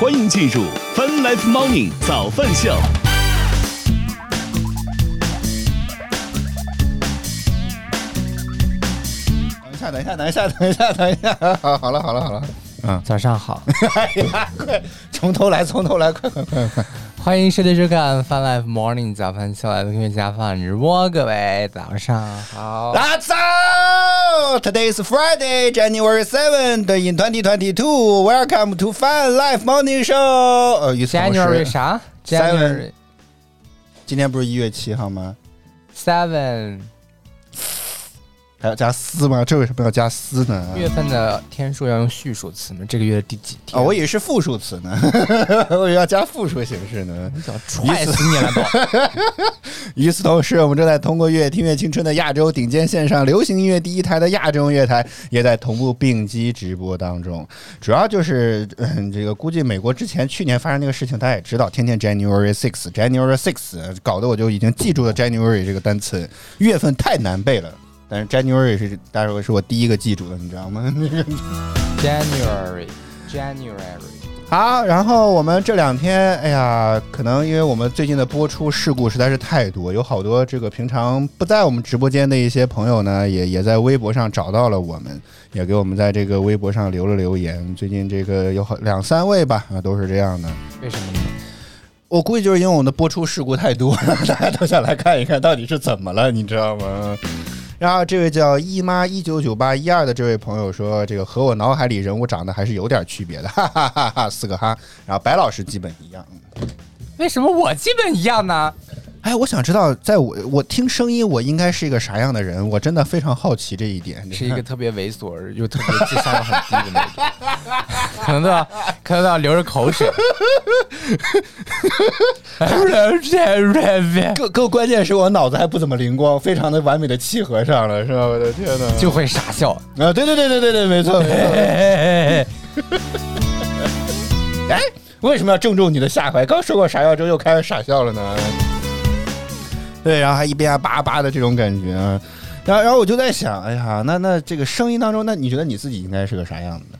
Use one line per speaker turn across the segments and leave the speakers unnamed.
欢迎进入 Fun Life Morning 早饭秀。
等一下，等一下，等一下，等一下，等一下，好，好了，好了，好了，
早上好，
哎呀，快，从头来，从头来，快快快快！
欢迎收听收看《Fun Life Morning 早饭秀》来的音乐家饭直播，各位早上好。
Let's go! Today is Friday, January seventh in 2022. Welcome to Fun Life Morning Show. 呃，与此同时
January 啥
Seven
？January
今天不是一月七号吗？
seven
还要加四吗？这为什么要加四呢？啊
月份的天数要用序数词吗？这个月的第几天？
哦，我以为是复数词呢， 我以为要加复数形式呢。
想踹死你了都！
与此同时，我们正在通过越听越青春的亚洲顶尖线上流行音乐第一台的亚洲乐台，也在同步并机直播当中。主要就是，嗯，这个估计美国之前去年发生那个事情，大家也知道，天天 January six January six，搞得我就已经记住了 January 这个单词，月份太难背了。但是 January 是，大概是我第一个记住的，你知道吗？
January January
好，然后我们这两天，哎呀，可能因为我们最近的播出事故实在是太多，有好多这个平常不在我们直播间的一些朋友呢，也也在微博上找到了我们，也给我们在这个微博上留了留言。最近这个有好两三位吧，啊，都是这样的。
为什么呢？
我估计就是因为我们的播出事故太多， 大家都想来看一看到底是怎么了，你知道吗？然后这位叫姨妈一九九八一二的这位朋友说，这个和我脑海里人物长得还是有点区别的， 哈哈哈哈，四个哈。然后白老师基本一样。
为什么我基本一样呢？
哎，我想知道，在我我听声音，我应该是一个啥样的人？我真的非常好奇这一点。
是一个特别猥琐而又特别智商很低的那种，可能都要可能都要流着口水。
更更关键是我脑子还不怎么灵光，非常的完美的契合上了，是吧？我的天哪！
就会傻笑。
啊，对对对对对对，没错没错。 哎，为什么要正中你的下怀？刚说过傻笑之后又开始傻笑了呢？对，然后还一边啊叭叭的这种感觉啊，然后然后我就在想，哎呀，那那这个声音当中，那你觉得你自己应该是个啥样子的？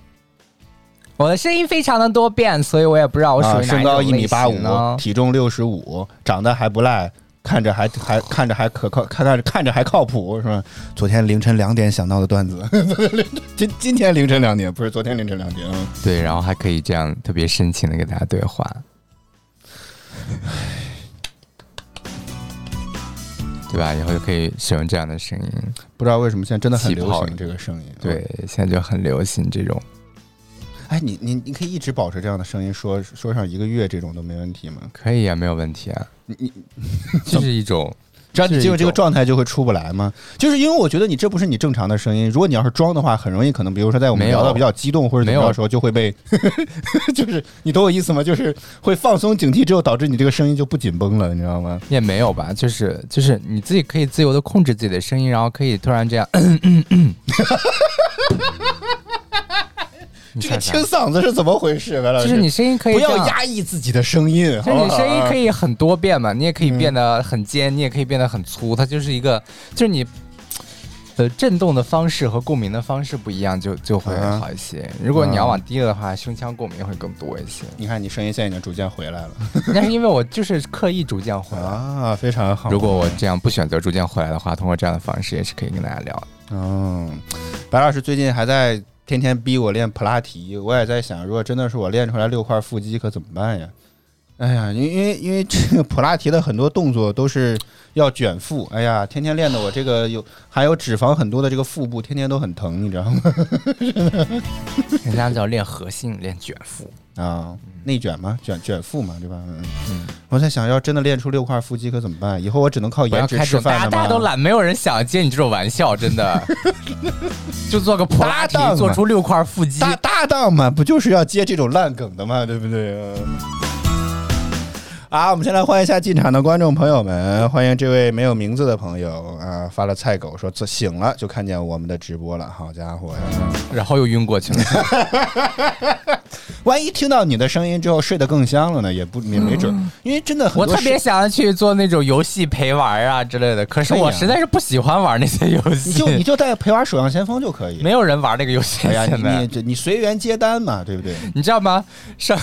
我的声音非常的多变，所以我也不知道我哦属于
啊，
哪
身
种
高一米
类型
八五
呢，
体重六十五，长得还不赖，看着还还看着还可靠，看看着看着还靠谱，是吧？昨天凌晨两点想到的段子， 今今天凌晨两点，不是昨天凌晨两点啊。
对，然后还可以这样特别深情的跟大家对 话。对吧？以后就可以使用这样的声音。
不知道为什么现在真的很
气
流
泡
行这个声音。，
对，现在就很流行这种。
哎，你你你可以一直保持这样的声音说说上一个月，这种都没问题吗？
可以啊，没有问题啊。
你你
就是一种，
只要你进入
是一
这个
种
状态，就会出不来吗？就是因为我觉得你这不是你正常的声音。如果你要是装的话，很容易可能，比如说在我们
没有
聊到比较激动或者怎么着
没有
的时候，就会被， 就是你懂我意思吗？就是会放松警惕之后，导致你这个声音就不紧绷了，你知道吗？
也没有吧，就是就是你自己可以自由的控制自己的声音，然后可以突然这样。你
这个
看
清
看，
嗓子是怎么回事，白老师？
就是你声音可以
不
这
要
样，
压抑自己的声音，
就是你声音可
以。
以很多变嘛，你也可以变得很尖，你也可以变得很粗，它就是一个，就是你。呃，震动的方式和共鸣的方式不一样，就就会
啊
好一些。如果你要往低了的话，胸腔共鸣会更多一些。
你看，你声音现在已经逐渐回来了
那是因为我就是刻意逐渐回来。
啊，非常好。
如果我这样不选择逐渐回来的话，通过这样的方式也是可以跟大家聊的。
嗯，白老师最近还在天天逼我练普拉提，我也在想，如果真的是我练出来六块腹肌，可怎么办呀？哎呀，因因为因为这个普拉提的很多动作都是要卷腹，哎呀，天天练的我这个有含有脂肪很多的这个腹部，天天都很疼，你知道吗？
人家叫练核心，练卷腹。
啊，内卷嘛，卷卷腹嘛，对吧？嗯，
嗯
我在想要真的练出六块腹肌可怎么办？以后我只能靠
不
颜
要
值
开这
吃
种，大
饭
家
了
大家都
吗？
懒，没有人想接你这种玩笑，真 的。就做个普拉提
搭档，嘛
做出六块腹肌。
搭搭档嘛，不就是要接这种烂梗的嘛，对不对？嗯啊，我们先来欢迎一下进场的观众朋友们，欢迎这位没有名字的朋友啊，发了菜狗说这醒了就 看见我们的直播了，好家伙呀！
然后又晕过去了。
万一听到你的声音之后睡得更香了呢，也不也没准，因为真的很
嗯我
多
特别
事
想要去做那种游戏陪玩啊之类的，可是
可以啊
我实在是不喜欢玩那些游戏。
你就你就带陪玩《守望先锋》就可以。
没有人玩那个游戏
哎呀，
现在，
你你你随缘接单嘛，对不 对？
你知道吗？上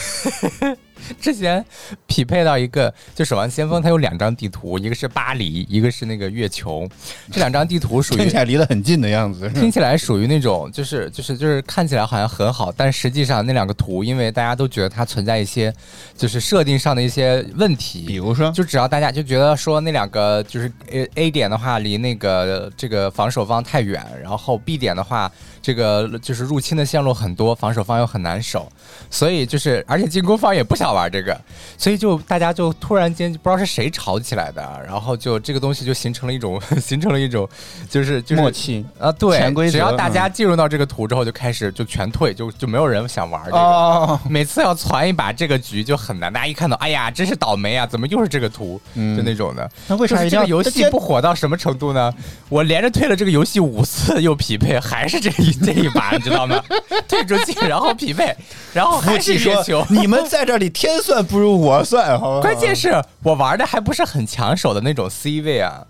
之前匹配到一个，就《守望先锋》，它有两张地图，一个是巴黎，一个是那个月球。这两张地图属
听
于
起来离得很近的样子。
听起来属于那种，就是就是就是看起来好像很好，但实际上那两个图，因为大家都觉得它存在一些就是设定上的一些问题，
比如说，
就只要大家就觉得说那两个就是 A A 点的话离那个这个防守方太远，然后 B 点的话，这个就是入侵的线路很多，防守方又很难守，所以就是而且进攻方也不想玩这个，所以就大家就突然间不知道是谁吵起来的，然后就这个东西就形成了一种 形成了一种就是就是
默契
啊，
潜规则
对，只要大家进入到这个图之后就开始就全退，就就没有人想玩这个。
哦，
每次要攒一把这个局就很难，大家一看到，哎呀，真是倒霉啊！怎么又是这个图？就那种的。
嗯那为啥
就是
一
这
定要
个游戏
这
不火到什么程度呢？我连着退了这个游戏五次，又匹配，还是这一这一把，你知 道吗？退出去，然后匹配，然后
夫
还是
妻
月
说。
球
你们在这里天算不如我算，好吧？
关键是我玩的还不是很抢手的那种 C 位啊，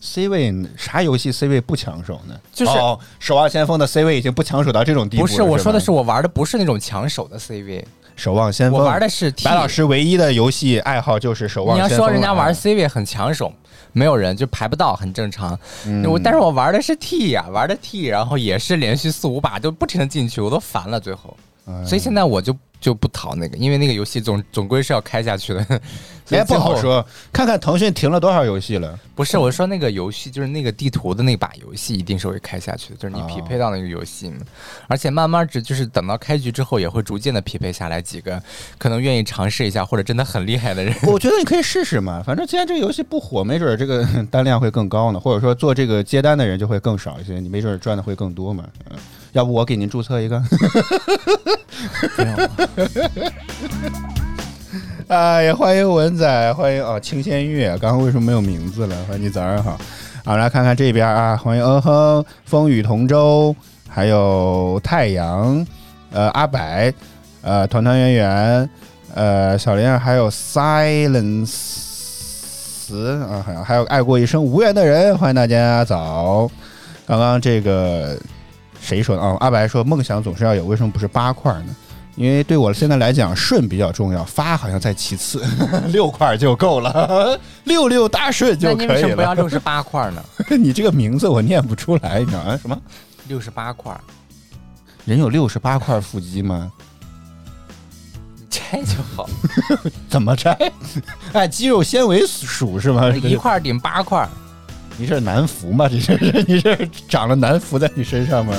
C 位啥游戏 C 位不抢手呢？
就是
哦守望先锋的 C 位已经不抢手到这种地步
不
了。
是
吧
我说的是我玩的不是那种抢手的 C 位，
守望先锋，
我玩的是 T
白老师唯一的游戏爱好就是守望
你
先
要
锋。
说人家
啊
玩 C 位很抢手，没有人就排不到，很正常。
嗯
我但是我玩的是 T 呀、玩的 T，然后也是连续四五把就不停的进去，我都烦了最后。
哎
所以现在我就就不淘那个，因为那个游戏总总归是要开下去 的。所以
哎，不
最后
好，说，看看腾讯停了多少游戏了。
不是我说那个游戏，就是那个地图的那把游戏，一定是会开下去的，
啊
就是你匹配到那个游戏嘛。而且慢慢只就是等到开局之后，也会逐渐的匹配下来几个可能愿意尝试一下或者真的很厉 害的人。
我觉得你可以试试嘛，反正既然这个游戏不火，没准儿这个 单量会更高呢，或者说做这个接单的人就会更少一些，你没准儿赚的会更多嘛。嗯，要不我给您注册一个？哎呀，欢迎文仔，欢迎哦，清仙月，刚刚为什么没有名字了？欢迎你，早上好。啊，来看看这边啊，欢迎嗯哼，风雨同舟，还有太阳，呃，阿白，呃，团团圆圆，呃，小玲儿，还有 silence 啊，还有还有爱过一生无缘的人，欢迎大家早。刚刚这个谁说的啊、阿白说梦想总是要有，为什么不是八块呢？因为对我现在来讲，顺比较重要，发好像在其次， 六块就够了， 六六大顺
那
就可
你
以了。
为什么不要六十八块呢？
你这个名字我念不出来，你知道吗？什么？
六十八块。
人有六十八块腹肌吗？嗯
拆就好，
怎么 拆？按肌肉纤维数是吗？
哎一块儿顶八块儿。
你这是南孚吗？ 这是你这是长了南孚在你身上吗？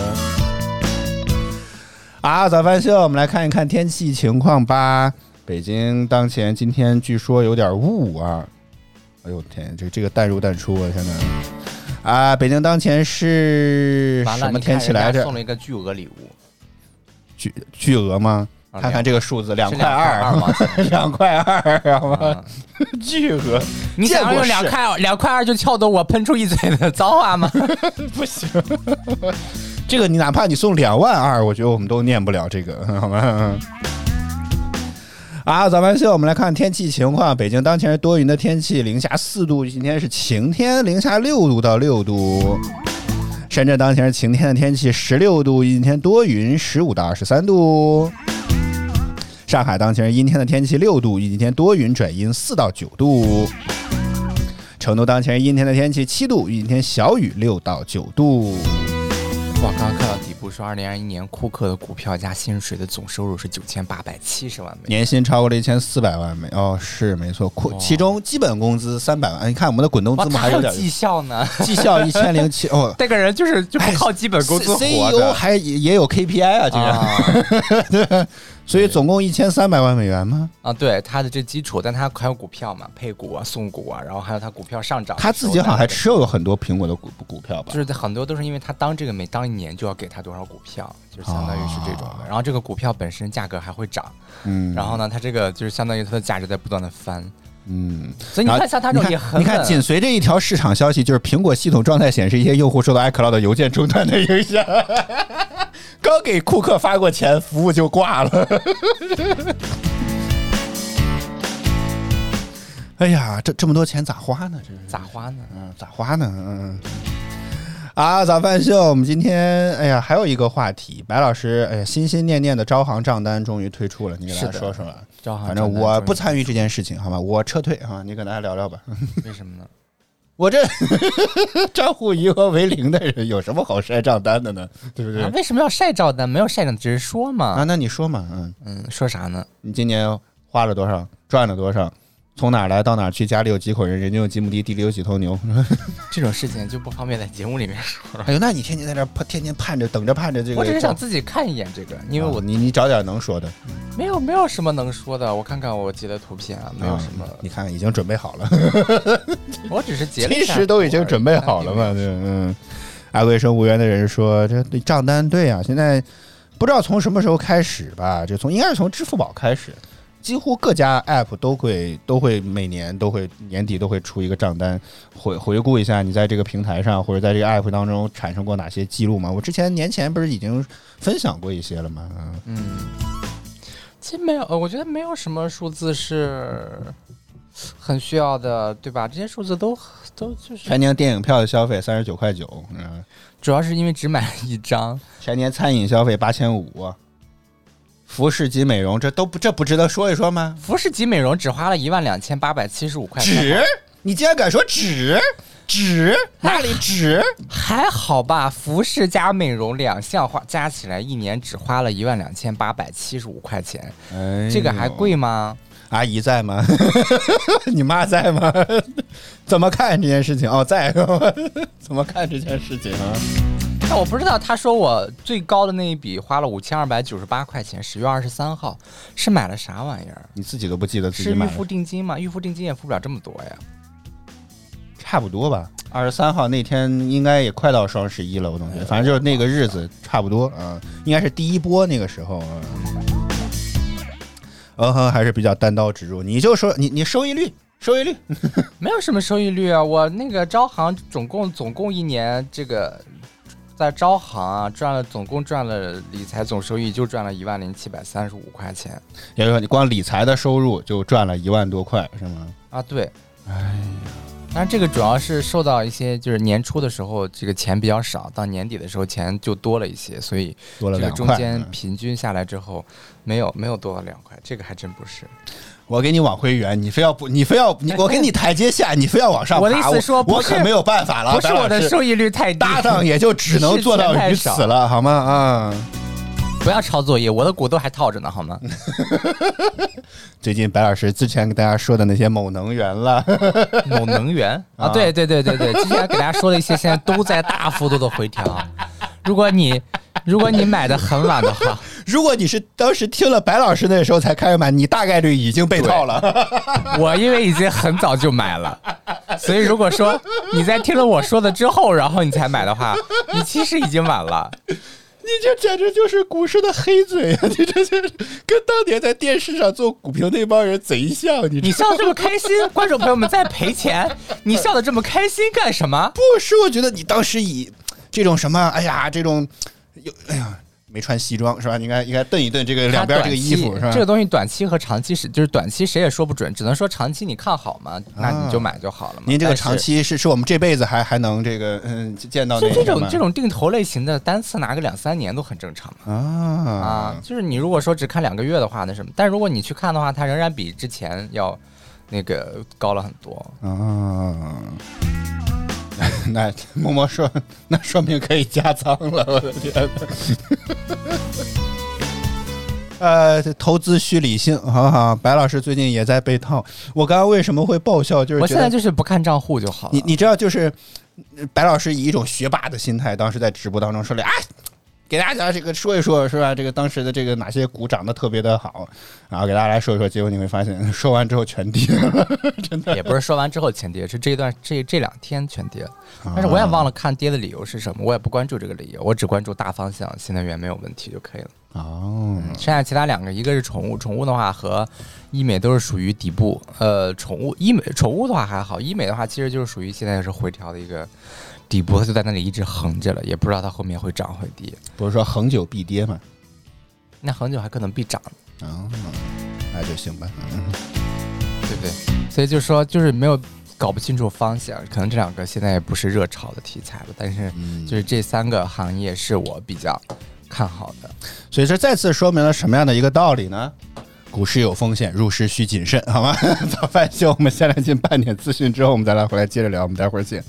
啊，早饭秀，我们来看一看天气情况吧。北京当前今天据说有点雾啊，哎呦天，这这个淡入淡出啊，现在啊，北京当前是
完了，
什么
你看
天气来
人家
着
送？了一个巨额礼物，
巨巨额吗？
啊
看看这个数字，两
是
块
二
二，
吗？
两块二，好吗？
啊
巨额，
你
见
想要
过
用两块二两块二就撬动我喷出一嘴的脏 话吗？
不行。 这个你哪怕你送两万二，我觉得我们都念不了这个， 好吗？嗯啊，早班秀，我们来看天气情况。北京当前是多云的天气，零下四度，今天是晴天，零下六度到六度。深圳当前是晴天的天气，十六度，阴天多云，十五到二十三度。上海当前是阴天的天气，六度，阴天多云转阴，四到九度。成都当前是阴天的天气，七度，阴天小雨，六到九度。
我刚刚看到底部说，二零二一年库克的股票加薪水的总收入是九千八百七十万美。
年薪超过了一千四百万美哦，是没错，库
哦
其中基本工资三百万，哎你看我们的滚动
哇，
字幕
他还
还有点
绩效呢，
绩效一千零七哦，
这个人就是就不靠基本 工资
哎 C- E
活
CEO
的。
还也也有 KPI 啊，这个，
啊
所以总共一千三百万美元吗？
啊，对他的这基础，但他还有股票嘛，配股啊、送股啊，然后还有他股票上涨的时候
他
带来的。
自己好像还持有很多苹果的股股票吧？
就是很多都是因为他当这个每当一年就要给他多少股票，就是相当于是这种的。然后这个股票本身价格还会涨，
哦嗯，
然后呢，它这个就是相当于它的价值在不断的翻。
嗯，
所以你看像他这种也很
你看，你看紧随着一条市场消息，就是苹果系统状态显示一些用户受到 iCloud 邮件中断的影响。 刚给库克发过钱，服务就挂了。 哎呀，这这么多钱咋花呢？这是
咋花呢？
嗯，咋花呢？嗯。啊，早饭秀，我们今天哎呀，还有一个话题，白老师哎呀，心心念念的招行账单终于推出了，你给大家
是的
说说吧。
招行
反
账单
正我不
终于
参与这件事情，好吧，我撤退啊，你跟大家聊聊吧。
为什么呢？
我这账户余额为零的人有什么好晒账单的呢？对 不对？
啊，为什么要晒账单？没有晒账，只是说
啊，
嘛。
那你说嘛，嗯，
嗯，说啥呢？
你今年花了多少，赚了多少，从哪儿来到哪儿去，家里有几口人，人家有几亩地，地里有几头牛。
这种事情就不方便在节目里面说。
哎呦，那你天天在这儿盼天天盼着，等着盼着这个账。
我只是想自己看一眼这个，因为
啊
我
你你找点能说的，
没有没有什么能说的。我看看我截的图片啊，没有
啊
什么，
你看已经准备好了。
我只是截了一
其
下。
实都已经准备好了嘛，对，嗯。爱卫生无缘的人说：“这对账单对啊，现在不知道从什么时候开始吧，就从应该是从支付宝开始，几乎各家 app 都会都会每年都会年底都会出一个账单，回回顾一下你在这个平台上或者在这个 app 当中产生过哪些记录嘛。我之前年前不是已经分享过一些了吗？嗯，
嗯，其实没有，呃我觉得没有什么数字是很需要的，对吧？这些数字都都就是，
全年电影票的消费三十九块九，嗯，
主要是因为只买了一张，
全年餐饮消费八千五，服饰及美容这都不这不值得说一说吗？
服饰及美容只花了一万两千八百七十五块钱，
纸，你竟然敢说纸纸哪里纸？
还好吧？服饰加美容两项花加起来一年只花了一万两千八百七十五块钱，
哎
这个还贵？吗？
阿姨在吗？ 你妈在吗？ 怎么看这件事情？哦，在。 怎么看这件事情啊？
但我不知道，他说我最高的那一笔花了五千二百九十八块钱，十月二十三号是买了啥玩意儿？
你自己都不记得自己
是
买
预
了
付，定金吗？预付定金也付不了这么多呀。
差不多吧。二十三号那天应该也快到双十一了，我
哎
总觉得，反正就是那个日子差不多啊、应该是第一波那个时候啊。嗯哼，还是比较单刀直入，你就说你你收益率，收 益率，
没有什么收益率啊，我那个招行总共总共一年这个。在招行啊，赚了总共赚了理财总收益就赚了一万零七百三十五块钱
也就是说你光理财的收入就赚了一万多块，是吗？
啊，对，哎呀，但是这个主要是受到一些就是年初的时候这个钱比较少，到年底的时候钱就多了一些，所以
多了
这个
两
中
块。
间
嗯
平均下来之后，没有没有多了两块，这个还真不是。
我给你往回圆，你非要不，你非要你，我给你台阶下，你非要往上爬。
我的意思说
我
不是
可没有办法了，
不是
白老
我的
师
收益率太低，
搭档也就只能做到于此了，好吗？啊、
不要抄作业，我的股都还套着呢，好吗？
最近白老师之前给大家说的那些某能源了，
某能源 啊，
啊
对对对对对，之前给大家说了一些，现在都在大幅度的回调。啊如果你如果你买的很晚的话，
如果你是当时听了白老师那时候才开始买，你大概率已经被套 了。
我因为已经很早就买了，所以如果说你在听了我说的之后，然后你才买的话，你其实已经晚了。
你这简直就是股市的黑嘴啊！你这就是跟当年在电视上做股评那帮人贼像，你
你笑得这么开心，观众朋友们在赔钱，你笑得这么开心干什么？
不是，我觉得你当时以这种什么，哎呀，这种有，哎呀，没穿西装是吧？你应该应该蹬一蹬这个两边这个衣服是吧？
这个东西短期和长期是，就是短期谁也说不准，只能说长期你看好嘛，那你就买就好了嘛。
啊您这个
但是
长期是是我们这辈子还还能这个嗯见到那
就
个
这
什
种
么
这种定投类型的单次拿个两三年都很正常嘛。
啊
啊，就是你如果说只看两个月的话，那什么？但如果你去看的话，它仍然比之前要那个高了很多。
啊。 那默默说，那说明可以加仓了，我的天哪！ 呃，投资需理性，好好。白老师最近也在被套，我刚刚为什么会爆笑？就是
我
觉
现
得
在就是不看账户就好了。
你你知道，就是呃白老师以一种学霸的心态，当时在直播当中说了，哎，给大家这个说一说，是吧？这个当时的这个哪些股涨得特别的好，然后给大家来说一说，结果你会发现，说完之后全跌 了。
也不是说完之后全跌，是这一段这这两天全跌。
啊
但是我也忘了看跌的理由是什么，我也不关注这个理由，我只关注大方向，新能源没有问题就可以了。
哦，
剩下其他两个，一个是宠物，宠物的话和医美都是属于底部。呃，宠物医美宠物的话还好，医美的话其实就是属于现在是回调的一个底部，它就在那里一直横着了，也不知道它后面会涨会跌。
不是说恒久必跌嘛？
那很久还可能必涨，
啊，那就行吧。啊
对不对？所以就说就是没有搞不清楚方向，可能这两个现在也不是热炒的题材了，但是
嗯，
就是这三个行业是我比较看好的。
所以这再次说明了什么样的一个道理呢？股市有风险，入市需谨慎，好吗？ 早饭秀，我们先来进半点资讯之后，我们再来回来接着聊，我们待会儿见。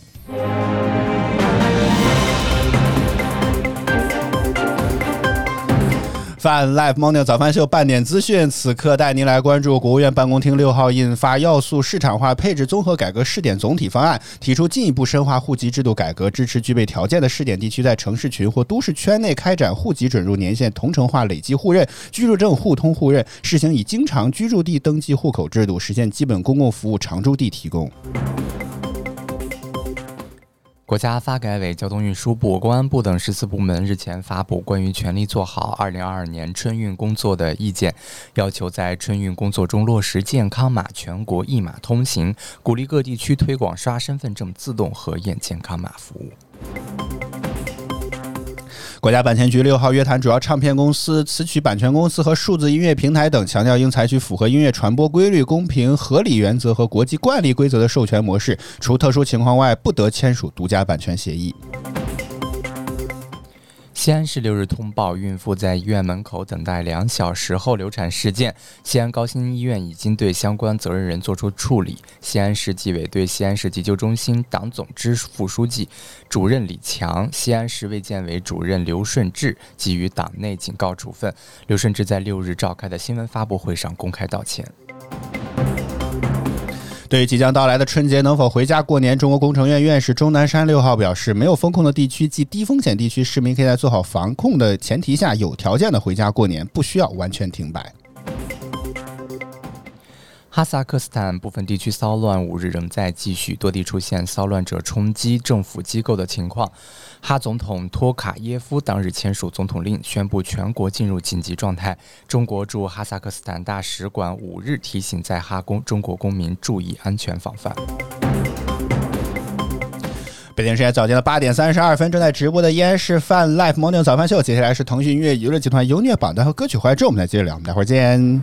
泛 Live Morning 早饭秀半点资讯，此刻带您来关注国务院办公厅六号印发《要素市场化配置综合改革试点总体方案》，提出进一步深化户籍制度改革，支持具备条件的试点地区在城市群或都市圈内开展户籍准入年限同城化累计互认、居住证互通互认，实行以经常居住地登记户口制度，实现基本公共服务常住地提供。
国家发改委、交通运输部、公安部等十四部门日前发布关于全力做好2022年春运工作的意见，要求在春运工作中落实健康码全国一码通行，鼓励各地区推广刷身份证自动核验健康码服务。
国家版权局六号约谈主要唱片公司、词曲版权公司和数字音乐平台等，强调应采取符合音乐传播规律、公平合理原则和国际惯例规则的授权模式，除特殊情况外，不得签署独家版权协议。
西安市六日通报孕妇在医院门口等待两小时后流产事件，西安高新医院已经对相关责任人作出处理。西安市纪委对西安市急救中心党总支副书记、主任李强、西安市卫健委主任刘顺志给予党内警告处分。刘顺志在六日召开的新闻发布会上公开道歉。
对于即将到来的春节能否回家过年，中国工程院院士钟南山六号表示，没有风控的地区即低风险地区，市民可以在做好防控的前提下，有条件的回家过年，不需要完全停摆。
哈萨克斯坦部分地区骚乱五日仍在继续，多地出现骚乱者冲击政府机构的情况。哈总统托卡耶夫当日签署总统令，宣布全国进入紧急状态。中国驻哈萨克斯坦大使馆五日提醒在哈公中国公民注意安全防范。
北京时间早间的八点三十二分，正在直播的依然是泛 Live Morning 早饭秀。接下来是腾讯音乐娱乐集团优虐榜单和歌曲怀旧，我们再接着聊，我们待会儿见。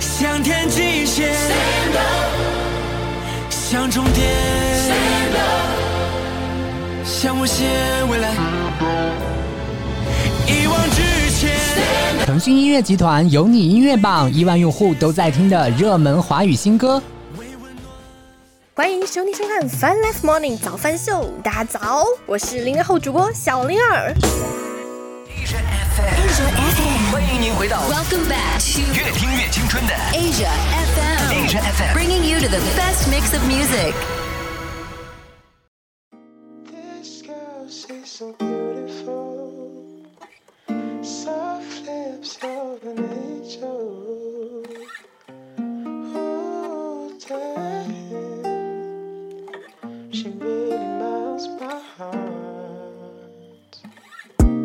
向天际线 stand up，向终点 stand up，向无限未来，一往直前。
腾讯音乐集团有你音乐榜，亿万用户都在听的热门华语新歌，
欢迎收听收看《Fun Life Morning 早饭秀》，大家早，我是零零后主播小灵儿。
欢迎您回到
Welcome back to
越听越青春的
Asia FM,
Asia FM。
bringing you to the best mix of music.
This girl, she's so beautiful. Soft lips of an angel. Oh, Ooh, damn. She really melts my heart.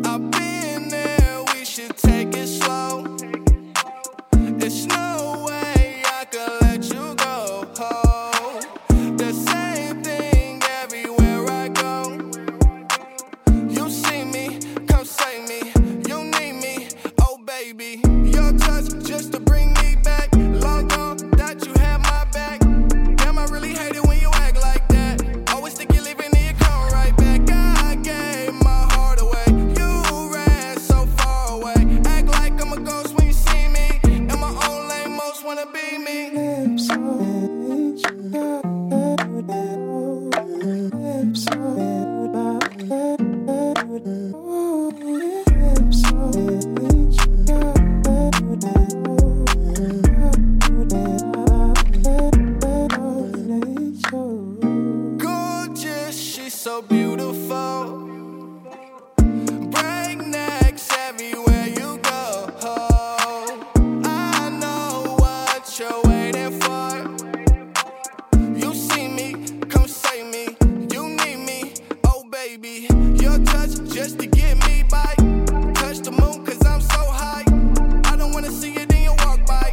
I've been there, we should take it slow. There's no way I could let you go. The same thing everywhere I go. You oh, Gorgeous, she's so beautiful. Breaknecks everywhere you go. I know what you're waiting for. You see me, come save me. You need me, oh baby. Your touch just to get me by. Touch the moon, cause I'm so high. I don't wanna see it in your walk by.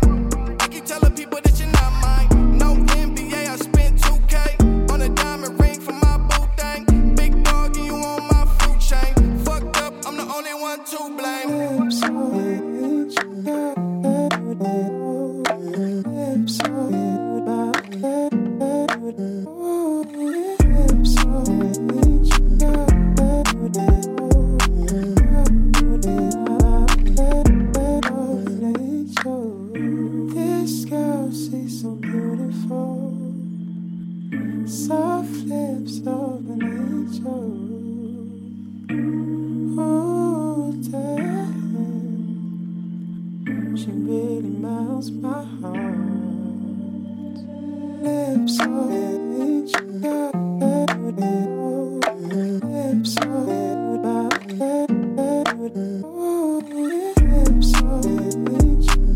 I keep telling people that you're not mine. No NBA, I spent 2K on a diamond ring for my boo thing. Big dog, and you on my food chain. Fucked up, I'm the only one to blame. This girl, she's so beautiful. Soft lips of an angel. Oh, damn. She really melts my heart. Lips of an angel. Lips of Lips of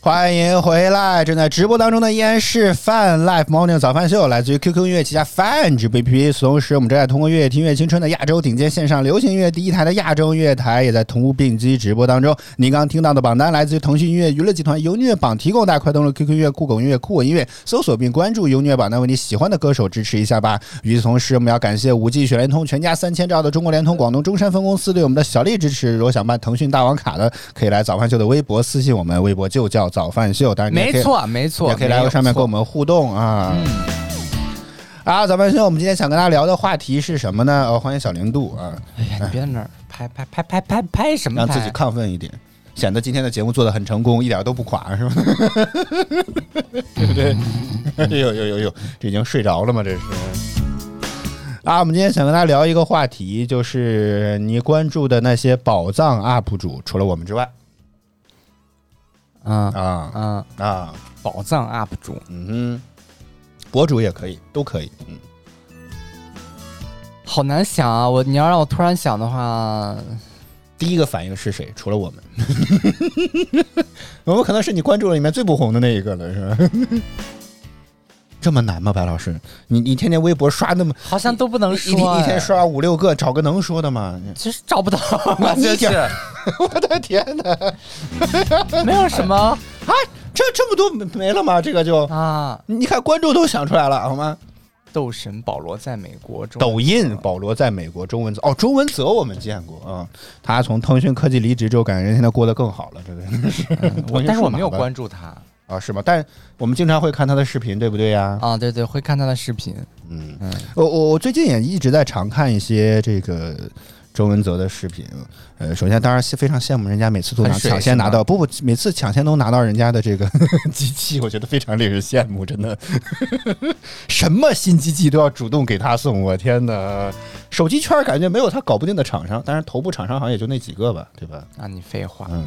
欢迎回来！正在直播当中的依然是 Fun Life Morning 早饭秀，来自于 QQ 音乐旗下 Fun 直播 APP。同时，我们正在通过“越听越青春”的亚洲顶尖线上流行音乐第一台的亚洲音乐台，也在同步并机直播当中。您刚刚听到的榜单来自于腾讯音乐娱乐集团由音乐榜提供，大家快登录 QQ 音乐、酷狗音乐、酷我音乐，搜索并关注由音乐榜单，为你喜欢的歌手支持一下吧。与此同时，我们要感谢五 G 雪联通全家三千兆的中国联通广东中山分公司对我们的小力支持。如果想办腾讯大王卡的，可以来早饭秀的微博私信我们，微博就叫早饭秀。当然，
没， 错，没错，
也可以来上面跟我
们。嗯
们互动啊。啊，早饭秀，我们今天想跟大家聊的话题是什么呢？呃、欢迎小零度啊，
哎呀，你别在那儿拍拍拍拍拍拍什么
让
拍？
自己亢奋一点，显得今天的节目做的很成功，一点都不垮， 是吧？对不对？哎有有有有，这已经睡着了吗？这是。啊，我们今天想跟大家聊一个话题，就是你关注的那些宝藏 UP 主，除了我们之外
嗯
啊
嗯，
啊，
宝藏 UP 主，
嗯哼，博主也可以，都可以，嗯，
好难想啊！我你要让我突然想的话，
第一个反应是谁？除了我们， 我们可能是你关注了里面最不红的那一个了，是吧？这么难吗，白老师？你你天天微博刷那么
好像都不能
一
说、
天
哎
一天刷五六个，找个能说的吗？
其实找不 到，
你
就
一点
是
儿我的天哪！
没有什么
啊，这这么多没没了吗？这个就
啊。
你看观众都想出来了好吗？
斗神保罗在美国中
抖音保罗在美国中文泽哦，中文泽我们见过啊、他从腾讯科技离职之后，感觉人现在过得更好了，这个 人是
嗯我但是我没
腾讯数码
有
吧
关注他
啊，是吗？但我们经常会看他的视频，对不对呀？
啊，对对，会看他的视频。
我我我最近也一直在常看一些这个周文泽的视频。呃，首先当然是非常羡慕人家每次都能
很水
抢先拿
哎是
到，不不，每次抢先都拿到人家的这个 机器，我觉得非常令人羡慕，真的。 什么新机器都要主动给他送，我天哪！手机圈感觉没有他搞不定的厂商，当然头部厂商好像也就那几个吧，对吧？
啊，你废话，
嗯，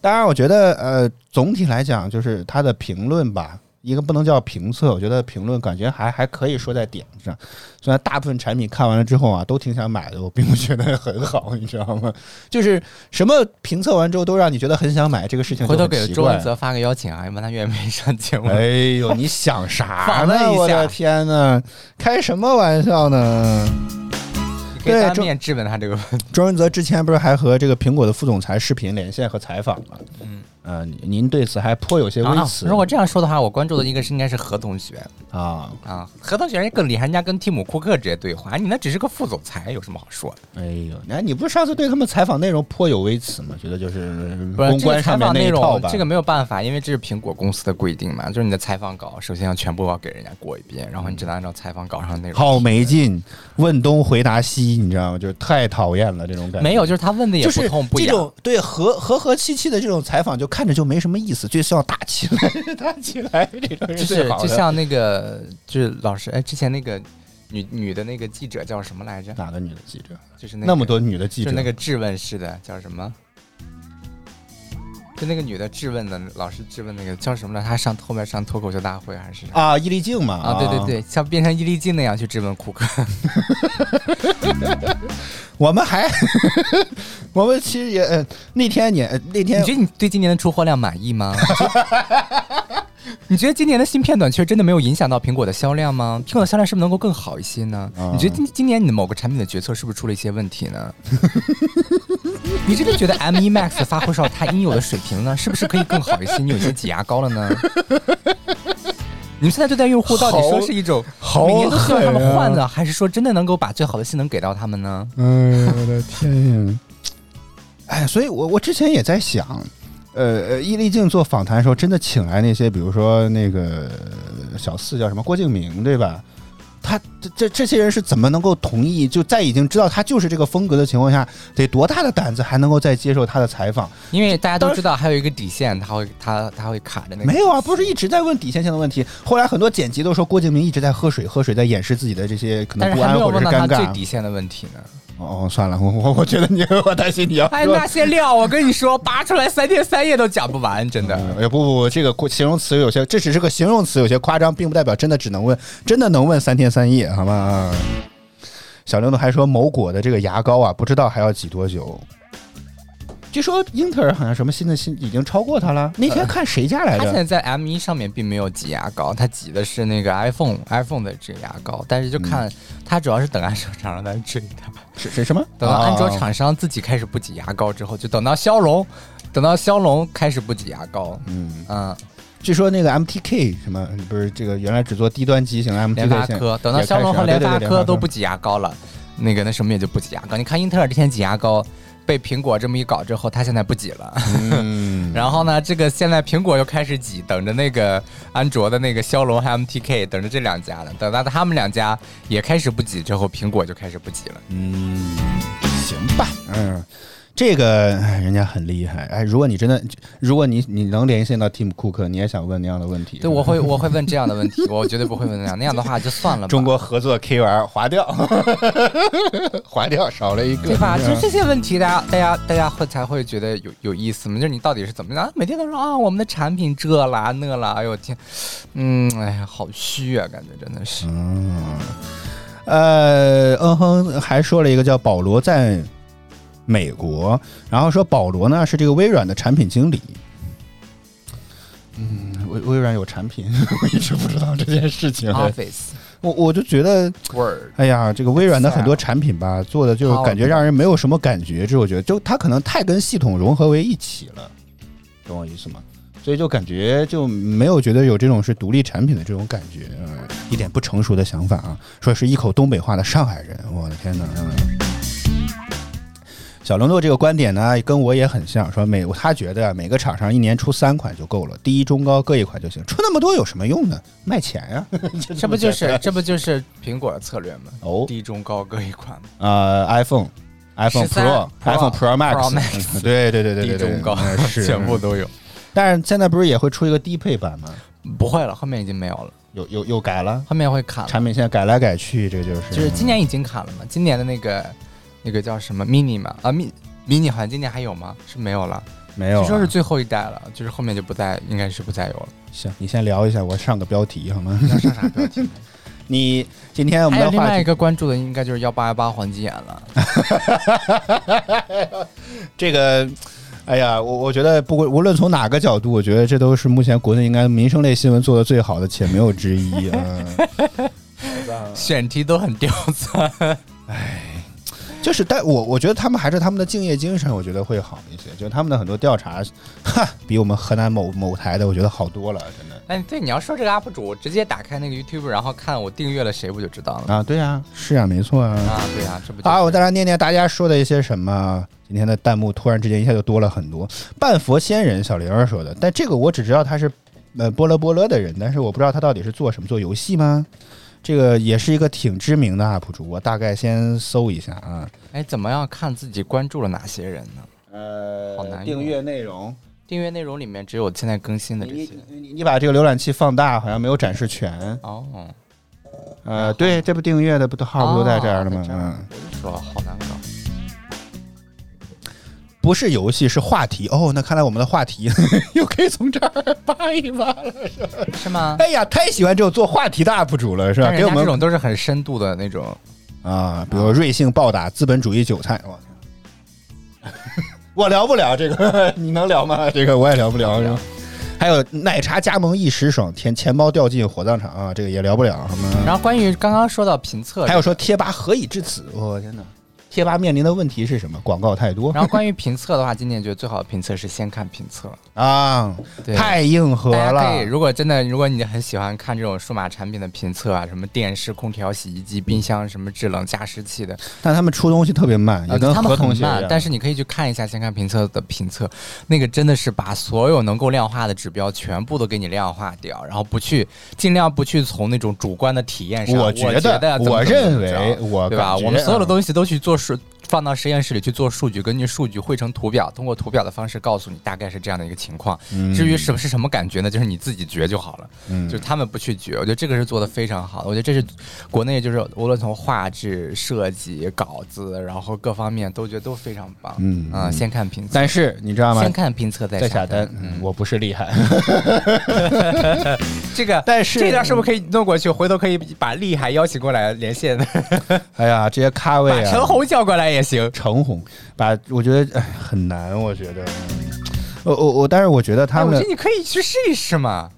当然，我觉得呃，总体来讲就是他的评论吧，一个不能叫评测，我觉得评论感觉还还可以说在点子上。虽然大部分产品看完了之后啊，都挺想买的，我并不觉得很好，你知道吗？ 就是什么评测完之后都让你觉得很想买，这个事情就
回头
很
给
奇
周文
怪
泽发个邀请啊，问他愿不愿意上节目。
哎 呦，你想啥
访问
呢？
一
我的
下
天呐，开什么玩笑呢？
你可以
对
当
周
面质问他这个问题。
周文泽之前不是还和这个苹果的副总裁视频连线和采访吗？嗯呃，您对此还颇 有些微
啊
词
如果这样说的话，我关注的一个是应该是何同学
啊，
啊，何同学人更厉害，人家跟蒂姆·库克直接对话，啊你那只是个副总裁，有什么好说的？
哎呦，那你不是上次对他们采访内容颇有微词吗？觉得就是
不是
公
这个
关
采
上面
访
那
内
一套
容
吧？，
这个没有办法，因为这是苹果公司的规定嘛，就是你的采访稿首先要全部要给人家过一遍，然后你只能按照采访稿上的内容。
好没劲，问东回答西，你知道吗？就是太讨厌了这种感觉。
没有，就是他问的也
就
不
是
痛不
这
痒。
种对和和和气气的这种采访，就看着就没什么意思，就希望打起来，打起来，这种
就是
最
是
好
就
的
像那个就是老师哎，之前那个女女的那个记者叫什么来着？
哪个女的记者？
就是那个、
那么多女的记
就
者，
是那个质问式的叫什么？就那个女的质问的老师质问那个叫什么来着？她上后面上脱口秀大会还是啥？
啊，伊丽静嘛，
啊，对对，对，像变成伊丽静那样去质问库克，
我们还 我们其实也呃那天你呃那
你
天
觉得你对今年的出货量满意吗？ 你觉得你觉得今年的芯片短缺真的没有影响到苹果的销量吗？苹果的销量是不是能够更好一些呢？
嗯
你觉得今今年你的某个产品的决策是不是出了一些问题呢？ 你真的觉得 M1 Max 发挥到它应有的水平了呢？是不是可以更好一些？你有些挤牙膏了呢？ 你们现在对待用户到底说是一种
好
每年都希望他
狠
们
啊
换呢，还是说真的能够把最好的性能给到他们呢？
嗯，我的天呀！哎，所以我我之前也在想，呃，呃，伊丽静做访谈的时候，真的请来那些，比如说那个呃小四叫什么郭敬明，对吧？他这这这些人是怎么能够同意？就在已经知道他就是这个风格的情况下，得多大的胆子还能够再接受他的采访？
因为大家都知道还有一个底线，它会它它会卡着那个。
没有啊，不是一直在问底线性的问题。后来很多剪辑都说郭敬明一直在喝水，喝水在掩饰自己的这些可能
但
不
是还
安
没有
或者
问
是
到
尴
他最底
尬。
线的问题呢。
哦，算了，我我我觉得你，我担心你要
哎，
说
那些料我跟你说，扒出来三天三夜都讲不完，真的。
呃，不不不，这个过形容词有些，这只是个形容词，有些夸张，并不代表真的只能问，真的能问三天三夜，好吗？啊小刘呢还说某果的这个牙膏啊，不知道还要挤多久。据说英特尔好像什么新的新已经超过它了。呃那天看谁家来
他现在
着？
在 M 1上面并没有挤牙膏，他挤的是那个 iPhone iPhone 的这个牙膏，但是就
嗯
看他主要是等安卓厂商来追他，
谁谁什么？
等到安卓
啊
厂商自己开始不挤牙膏之后，就等到骁龙，等到骁龙开始不挤牙
哦
膏，嗯嗯，
据说那个 MTK 什么不是这个原来只做低端机型的 MTK
联发
现在
科，等到
也
骁
开
龙
始
和
啊
联
对对
发
对
科都不挤牙膏了，那个那什么也就不挤牙膏。你看英特尔之前挤牙膏，被苹果这么一搞之后，它现在不挤了。
嗯，
然后呢，这个现在苹果又开始挤，等着那个安卓的那个骁龙和 MTK，等着这两家了。等到他们两家也开始不挤之后，苹果就开始不挤了。
嗯，行吧，嗯，这个哎人家很厉害。哎，如果你真的，如果你你能联系到 Tim Cook，你也想问那样的问题？
对，我会我会问这样的问题，我绝对不会问那样。那样的话就算了吧。
中国合作 K 玩划掉， 划掉少了一个，
对吧？
你
就
知道
是这些问题，大家、大家、大家会才会觉得有有意思嘛？就是你到底是怎么样？每天都说啊，我们的产品这啦那啦，哎呦天，嗯，哎呀，好虚啊，感觉真的是。
呃，嗯哼，还说了一个叫保罗在美国，然后说保罗呢是这个微软的产品经理。嗯，微微软有产品， 我一直不知道这件事情。
Office
我我就觉得
Word，
哎呀，这个微软的很多产品吧，做的就是感觉让人没有什么感觉，这我觉得就它可能太跟系统融合为一起了，懂我意思吗？所以就感觉就没有觉得有这种是独立产品的这种感觉，嗯，一点不成熟的想法啊，说是一口东北话的上海人，我的天哪！嗯小龙豆这个观点呢，跟我也很像，说每他觉得啊每个厂商一年出三款就够了，低中高各一款就行，出那么多有什么用呢？卖钱啊呀、
这不就是 这不就是苹果的策略吗？
哦
低中高各一款嘛。
呃，iPhone、iPhone
13
Pro、
Pro
iPhone Pro
Pro
Max，
Max
嗯对对对对
低
对，
中高
嗯 是
全部。都有，
但是现在不是也会出一个低配版吗？
不会了，后面已经没有了，
又又又改了，
后面会砍了，
产品现在改来改去，这就是
就是今年已经砍了嘛，今年的那个那个叫什么 mini 嘛啊 mini mini 好像今年还有吗？是没有了。
没有
据说
啊
是。最后一代了，就是后面就不再，应该是不再有了。
行，你先聊一下，我上个标题好吗？
要上啥标题？
你今天我们
还有
的
另
话
外一
题，
个关注的，应该就是幺八幺八黄金眼 了。
这个。哎呀，我我觉得不管无论从哪个角度，我觉得这都是目前国内应该民生类新闻做的最好的，且没有之一。嗯，
选题都很刁钻，
就就是，但我我觉得他们还是他们的敬业精神，我觉得会好一些。就他们的很多调查，哈，比我们河南某某台的，我觉得好多了，真的。
哎，对，你要说这个 UP 主，我直接打开那个 YouTube，然后看我订阅了谁，不就知道了？
啊，对呀、是呀、没错啊。
啊，对啊，这不就
好，我再来念念大家说的一些什么。今天的弹幕突然之间一下就多了很多。半佛仙人小玲儿说的，但这个我只知道他是呃波勒波勒的人，但是我不知道他到底是做什么，做游戏吗？这个也是一个挺知名的 UP 主，我大概先搜一下啊。
哎，怎么样看自己关注了哪些人呢？好难
呃
用订
阅内容，
订阅内容里面只有我现在更新的这些。
你你把这个浏览器放大，好像没有展示全。
哦，
呃，对，这不订阅的不都号不都在这儿了吗
哦？在这
嗯。
我就说好难搞。
不是游戏，是话题哦。那看来我们的话题 又可以从这儿扒一扒了。
是吗？
哎呀，太喜欢这种做话题的 UP 主了，是吧？
但人
啊给
家
我
这
们
种都是很深度的那种，
啊，比如瑞幸暴打资本主义韭菜，我天 我聊不了这个， 你能聊吗？这个我也聊不了，是吧？还有奶茶加盟一时爽，钱钱包掉进火葬场啊，这个也聊不了。好吗？
然后关于刚刚说到评测，
还有说贴吧何以至此？我、天哪！贴吧面临的问题是什么？广告太 多
然后关于评测的话，今年觉得最好的评测是先看评测。
啊，
对
太硬核
大家可
了。
以，如果真的，如果你很喜欢看这种数码产品的评测啊，什么电视、空调、洗衣机、冰箱、什么制冷加湿器的，
但他们出东西特别慢，也
呃
跟
他
合
们
同
很
写一
慢
样。，
但是你可以去看一下先看评测的评测，那个真的是把所有能够量化的指标全部都给你量化掉，然后不去尽量不去从那种主观的体验上。
我
我
觉
得
得
怎么怎么
我认为
怎么着
我
对吧？
感觉
我们所有的
啊
东西都去做数，放到实验室里去做数据，根据数据绘成图表，通过图表的方式告诉你大概是这样的一个情况。
嗯
至于什么是什么感觉呢？就是你自己觉就好了。就是他们不去觉，我觉得这个是做的非常好的。我觉得这是国内就是无论从画质、设计、稿子，然后各方面都觉得都非常棒。
嗯
啊、先看评测，
但是你知道吗
先？看评测再
在
下
下单，嗯我不是厉害。
这个，
但是
这段是不是可以弄过去？回头可以把厉害邀请过来 连线，
哎呀，这些咖位
把
啊，
陈红叫过来也行。
橙红，把我觉得哎很难，我觉得。我我我，但是我觉得
哎
他
我
们
觉得，你可以去试一试嘛。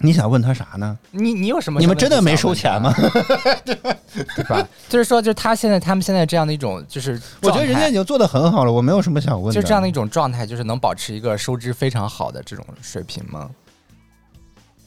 你想问他啥呢？
你你有什么？
你们真的没收钱吗？？
对吧？ 就是说，就是他现在他们现在这样的一种，就是
我觉得人
状态
家已经做的很好了，我没有什么想问的。
就这样的一种状态，就是能保持一个收支非常好的这种水平吗？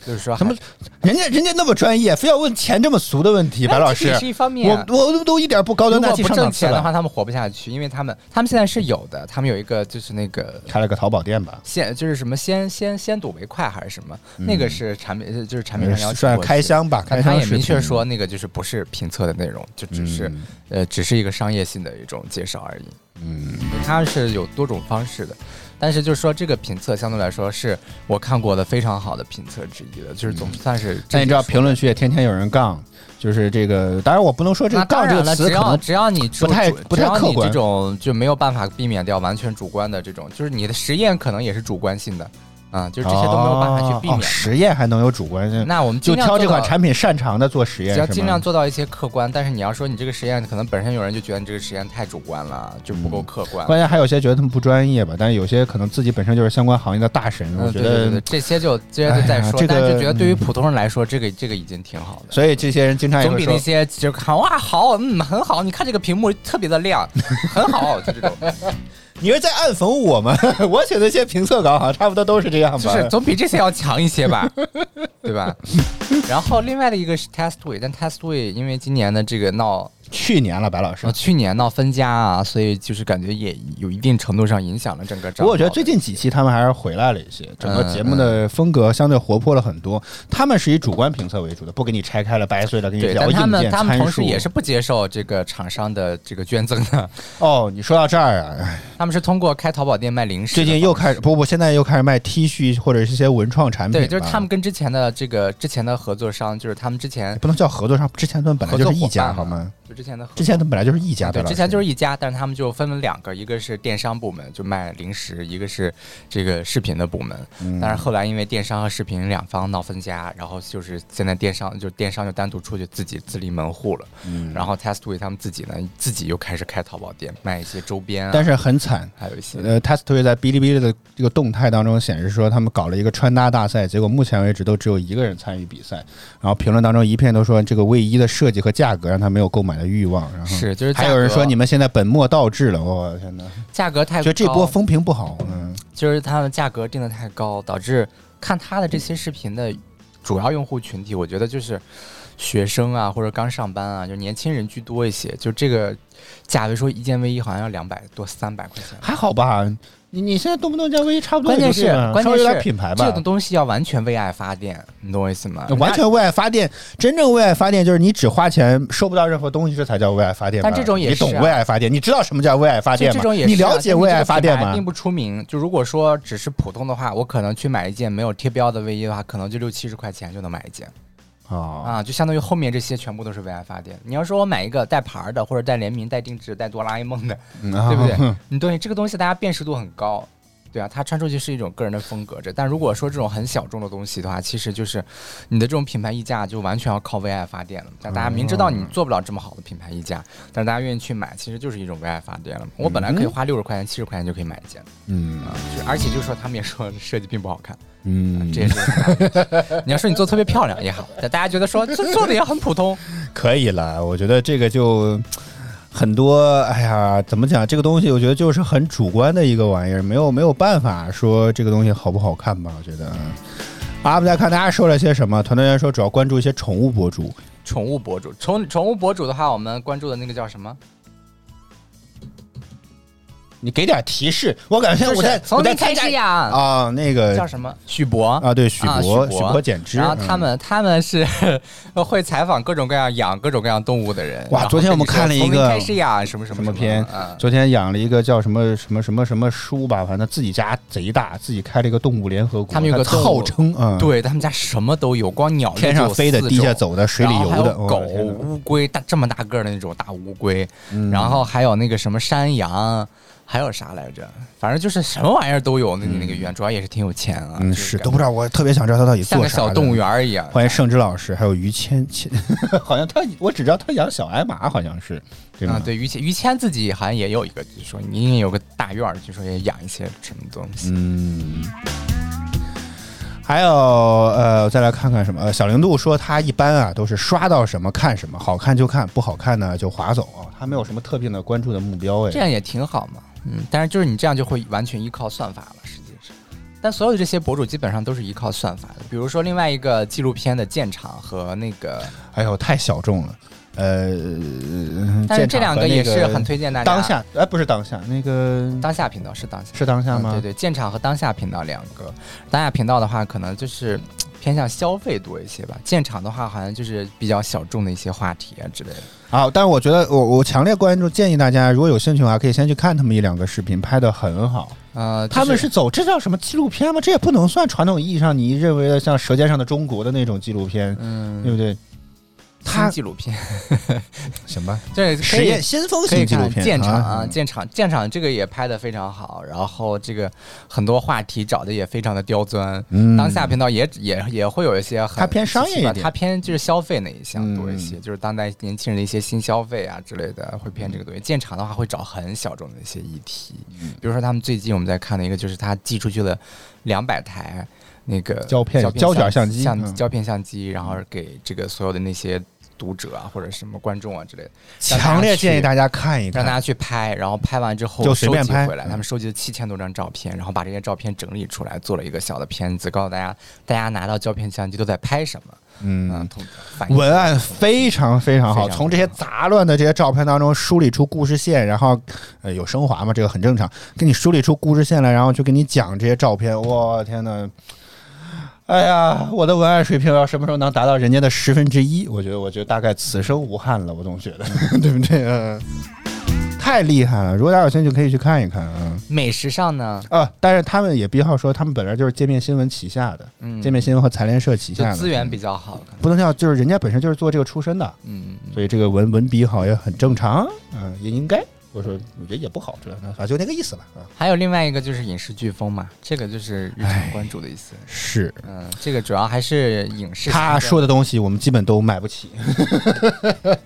就是说还，
什么？人家人家那么专业，非要问钱这么俗的问题，
哎
白老
这
师
也是一方面啊
我我都都一点不高
如
端大
果
气
不
上
挣
档次
钱的话，
了。
他们活不下去，因为他们他们现在是有的，他们有一个就是那个
开了个淘宝店吧，
先就是什么先先先睹为快还是什么，那个是产品就是产品上要
嗯
求
呃算
过去
开箱吧，
但
开
他
箱
也
视
明确
频嗯
说，那个就是不是评测的内容，就只是、呃，只是一个商业性的一种介绍而已。嗯，它是有多种方式的，但是就是说这个评测相对来说是我看过的非常好的评测之一了，就是总算是。
嗯但你知道评论区也天天有人杠，就是这个，当然我不能说这
那
个“
当
杠”这
然
个
了，
词
只
可
要
能
只要你
不太
主
不太
只要你
客观
这种就没有办法避免掉完全主观的这种，就是你的实验可能也是主观性的，啊，就是这些都没有办法去避免
哦哦。实验还能有主观性，
那我们
就
尽量
挑
做
这款
到
产品擅长的做实验，
只要
是吗
尽量。做到一些客观，但是你要说你这个实验可能本身有人就觉得你这个实验太主观了，就不够客观。
嗯关键还有些觉得他们不专业吧，但是有些可能自己本身就是相关行业的大神，
嗯，
我
对
觉
对对，
得。
这些就这些就再
哎呀
说，
这
但是
个
就觉得对于普通人来说，这个这个已经挺好的。
所以这些人经常也
总
会
比那
说，
些就看哇好嗯很好，你看这个屏幕特别的亮，很好，就这 种，
你是在暗讽我吗？ 我写的一些评测稿好像差不多都是这样吧。
就是总比这些要强一些吧， 对吧？然后另外的一个是 Testway，但 Testway 因为今年的这个闹
去年了，白老师
呃，。去年闹分家啊，所以就是感觉也有一定程度上影响了整个
不
账号的。
过我觉得最近几期他们还是回来了一些，整个
嗯
节目的风格相对活泼了很多。他们是以主观评测为主的，不给你拆开了掰碎了，给你
对，
聊
但
硬件
他们他们
参
同时
数。
也是不接受这个厂商的这个捐赠的，
哦，你说到这儿啊，哎
他们是通过开淘宝店卖零食
最
的方式。
近又开始不不，现在又开始卖 T 恤或者是一些文创产品
对，
吧。
就是他们跟之前的这个之前的合作商，就是他们之前
不能叫合作商，之前他们本来
合
就
作
是一
伙
家，
伴
好吗
嘛？，就之前的合
之前他们本来就是一家，
对，之前就是是一家，但是他们就分了两个，一个是电商部门，就卖零食；一个是这个视频的部门。
嗯
但是后来因为电商和视频两方闹分家，然后就是现在电商就电商就单独出去自己自立
嗯
门户了。然后 Testway 他们自己呢，自己又开始开淘宝店卖一些周边啊。
但是很惨。
还有一些
呃，Test 在哔哩哔哩的这个动态当中显示说，他们搞了一个穿搭大赛，结果目前为止都只有一个人参与比赛。然后评论当中一片都说这个卫衣的设计和价格让他没有购买的欲望。然后
是就是价
还有人
格
说你们现在本末倒置了，我、天哪！
价格太
觉得这波
高
风评不好，嗯，
就是它的价格定的太高，导致看它的这些视频的主要用户群体，我觉得就是学生啊，或者刚上班啊，就年轻人居多一些。就这个价位，说一件卫衣好像要两百多、三百块钱。
还好吧。你你现在动不动加卫衣差不多
关
也就
键
这
是
样，，
关
稍
键
微
是
有点品牌吧。呃
这种东西要完全为爱发电，你懂我意思吗？
完全为爱发电，真正为爱发电就是你只花钱收不到任何东西，这才叫为爱发电吧。
但这种也
你
是啊
懂为爱发电，你知道什么叫为爱发
就
电
这
吗？
种也是啊、
你了解
但
为
这个
爱发
品
电
牌
吗
并？不出名。就如果说只是普通的话，我可能去买一件没有贴标的卫衣的话，可能就六七十块钱就能买一件
啊，
啊，就相当于后面这些全部都是为爱发电。你要说我买一个带牌儿的，或者带联名、带定制、带哆啦 A 梦的，啊
对
对不对？你对这个东西大家辨识度很高，对啊，它穿出去是一种个人的风格。这但如果说这种很小众的东西的话，其实就是你的这种品牌溢价就完全要靠为爱发电了。但大家明知道你
啊
做不了这么好的品牌溢价，但是大家愿意去买，其实就是一种为爱发电了。我本来可以花六十块钱、七十块钱就可以买一件，
嗯
啊，就而且就说他们也说 设计并不好看，啊
嗯，
这也是很大的问题。 你要说你做得特别漂亮也好，但大家觉得说这做的也很普通，
可以了，我觉得这个就。很多，哎呀，怎么讲？这个东西我觉得就是很主观的一个玩意儿，没有没有办法说这个东西好不好看吧？我觉得。啊，我们再看大家说了些什么。团队员说主要关注一些宠物博主，
宠物博主，宠宠物博主的话，我们关注的那个叫什么？
你给点提示，我
哎
感觉我在
从
我在
零
参
开
加
始呀，
啊，那个
叫什么？许博
啊，对，许
啊
博，
许
许
博
博减脂。
然后他
嗯、
们、他们是 会采访各种各样养各种各样动物的人。
哇
然后
昨天我们
跟你说
看了一
从零
个
开始呀，什么什么
什么片嗯
啊，
昨天养了一个叫什么什么什么什么书吧，反正自己家贼大，自己开了一个动物联合国，
他们有个动物
号称啊，嗯，
对他们家什么都有，光鸟类
天上
就有
飞的、
四
地下
种
走的、水里
然后
游
还
的，
有
我
狗、
的天哪嗯
乌龟，大这么大个儿的那种大乌龟，然后还有那个什么山羊，还有啥来着？反正就是什么玩意儿都有。那那个园主要也是挺有钱啊，
嗯，
就是感
都不知道，我特别想知道他到底
像
做
个
啥
小
的
动物。园儿一样。
欢迎盛之老师，还有于谦，谦 好像他我只知道他养小矮马，好像是对吗？
啊，对，于谦于谦自己好像也有一个，据说你也有个大院儿，据说也养一些什么东西。
嗯，还有呃，再来看看什么？呃，小零度说他一般啊都是刷到什么看什么，好看就看，不好看呢就划走啊，他没有什么特定的关注的目标
这
哎。
样也挺好嘛。嗯，但是就是你这样就会完全依靠算法了，实际是。但所有的这些博主基本上都是依靠算法的，比如说另外一个纪录片的建厂和那个，
哎呦，太小众了。呃，
但是这两
个
也是很推荐大家。
当下，哎，不是当下，那个
当下频道是当下
是当下
嗯
吗？
对对，建厂和当下频道两个，当下频道的话可能就是偏向消费多一些吧，建厂的话好像就是比较小众的一些话题啊之类的。
啊，但是我觉得我我强烈关注建议大家，如果有兴趣的话，可以先去看他们一两个视频，拍的很好。
呃，就
他们是走这叫什么纪录片吗？这也不能算传统意义上你认为的像《舌尖上的中国》的那种纪录片，
嗯
对不对？
新
他
纪录 片，
行吧，
对，可以
实验先锋
可以
型纪录
看
片，
建厂啊，
嗯
建厂，建厂这个也拍的非常好，然后这个很多话题找的也非常的刁钻。
嗯
当下频道也也也会有一些很
它偏商业一点嗯
它偏就是消费那一项多一些，就是当代年轻人的一些新消费啊之类的，会偏这个东西。建厂的话会找很小众的一些议题，
嗯
比如说他们最近我们在看的一个就是他寄出去了两百台。那个
胶片胶
胶
卷相
相
机嗯
相胶片相机，然后给这个所有的那些读者啊或者什么观众啊之类的，让大家
强烈建议
去
大家看一
让大
看。
家去拍，然后拍完之后
就随便
收集
拍
回来。他们收集了七千多张照片，然后把这些照片整理出来，做了一个小的片子，告诉大家大家拿到胶片相机都在拍什么。嗯，
嗯，
同反映
文案非常非常好，
非常
从这些杂乱的这些照片当中梳理出故事线，然后呃有升华嘛，这个很正常。给你梳理出故事线来，然后就给你讲这些照片。我天呐！哎呀，我的文案水平要什么时候能达到人家的十分之一？我觉得，我觉得大概此生无憾了。我总觉得， 对不对？嗯，太厉害了！如果大家有兴趣，可以去看一看啊。
美食上呢，
啊，但是他们也必须要说，他们本来就是界面新闻旗下的，
嗯
界面新闻和财联社旗
就
下的
资源比较好。
不能叫，就是人家本身就是做这个出身的，
嗯，
所以这个文文笔好也很正常，嗯，也应该。我说我觉得也不好，这反正就那个意思吧啊。
还有另外一个就是影视飓风嘛，这个就是日常关注的意思。
是
嗯，这个主要还是影视。
他说，的东西我们基本都买不起。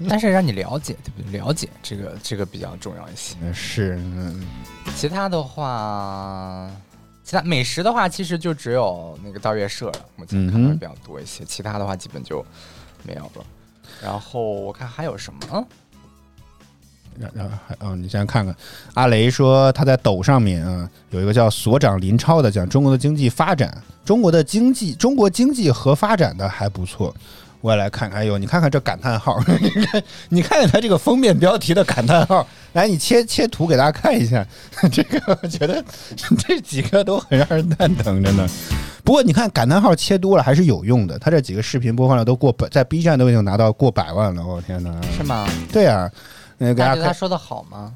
但是让你了解，对不对？了解这个这个比较重要一些。
是，嗯，
其他的话，其他美食的话，其实就只有那个道月社了，目前
嗯
看的
哼
比较多一些，其他的话基本就没有了。然后我看还有什么？嗯
然然后还哦，你先看看，阿雷说他在抖上面啊，有一个叫所长林超的，讲中国的经济发展，中国的经济，中国经济和发展的还不错。我也来看看，哎呦，你看看这感叹号，你看， 你看看他这个封面标题的感叹号，来，你切切图给大家看一下， 这个我觉得这几个都很让人蛋疼，真的。不过你看感叹号切多了还是有用的，他这几个视频播放量都过百，在 B 站都已经拿到过百万了，我、天哪！
是吗？
对啊，那个给
大
大家
家觉
看
得他说的好吗？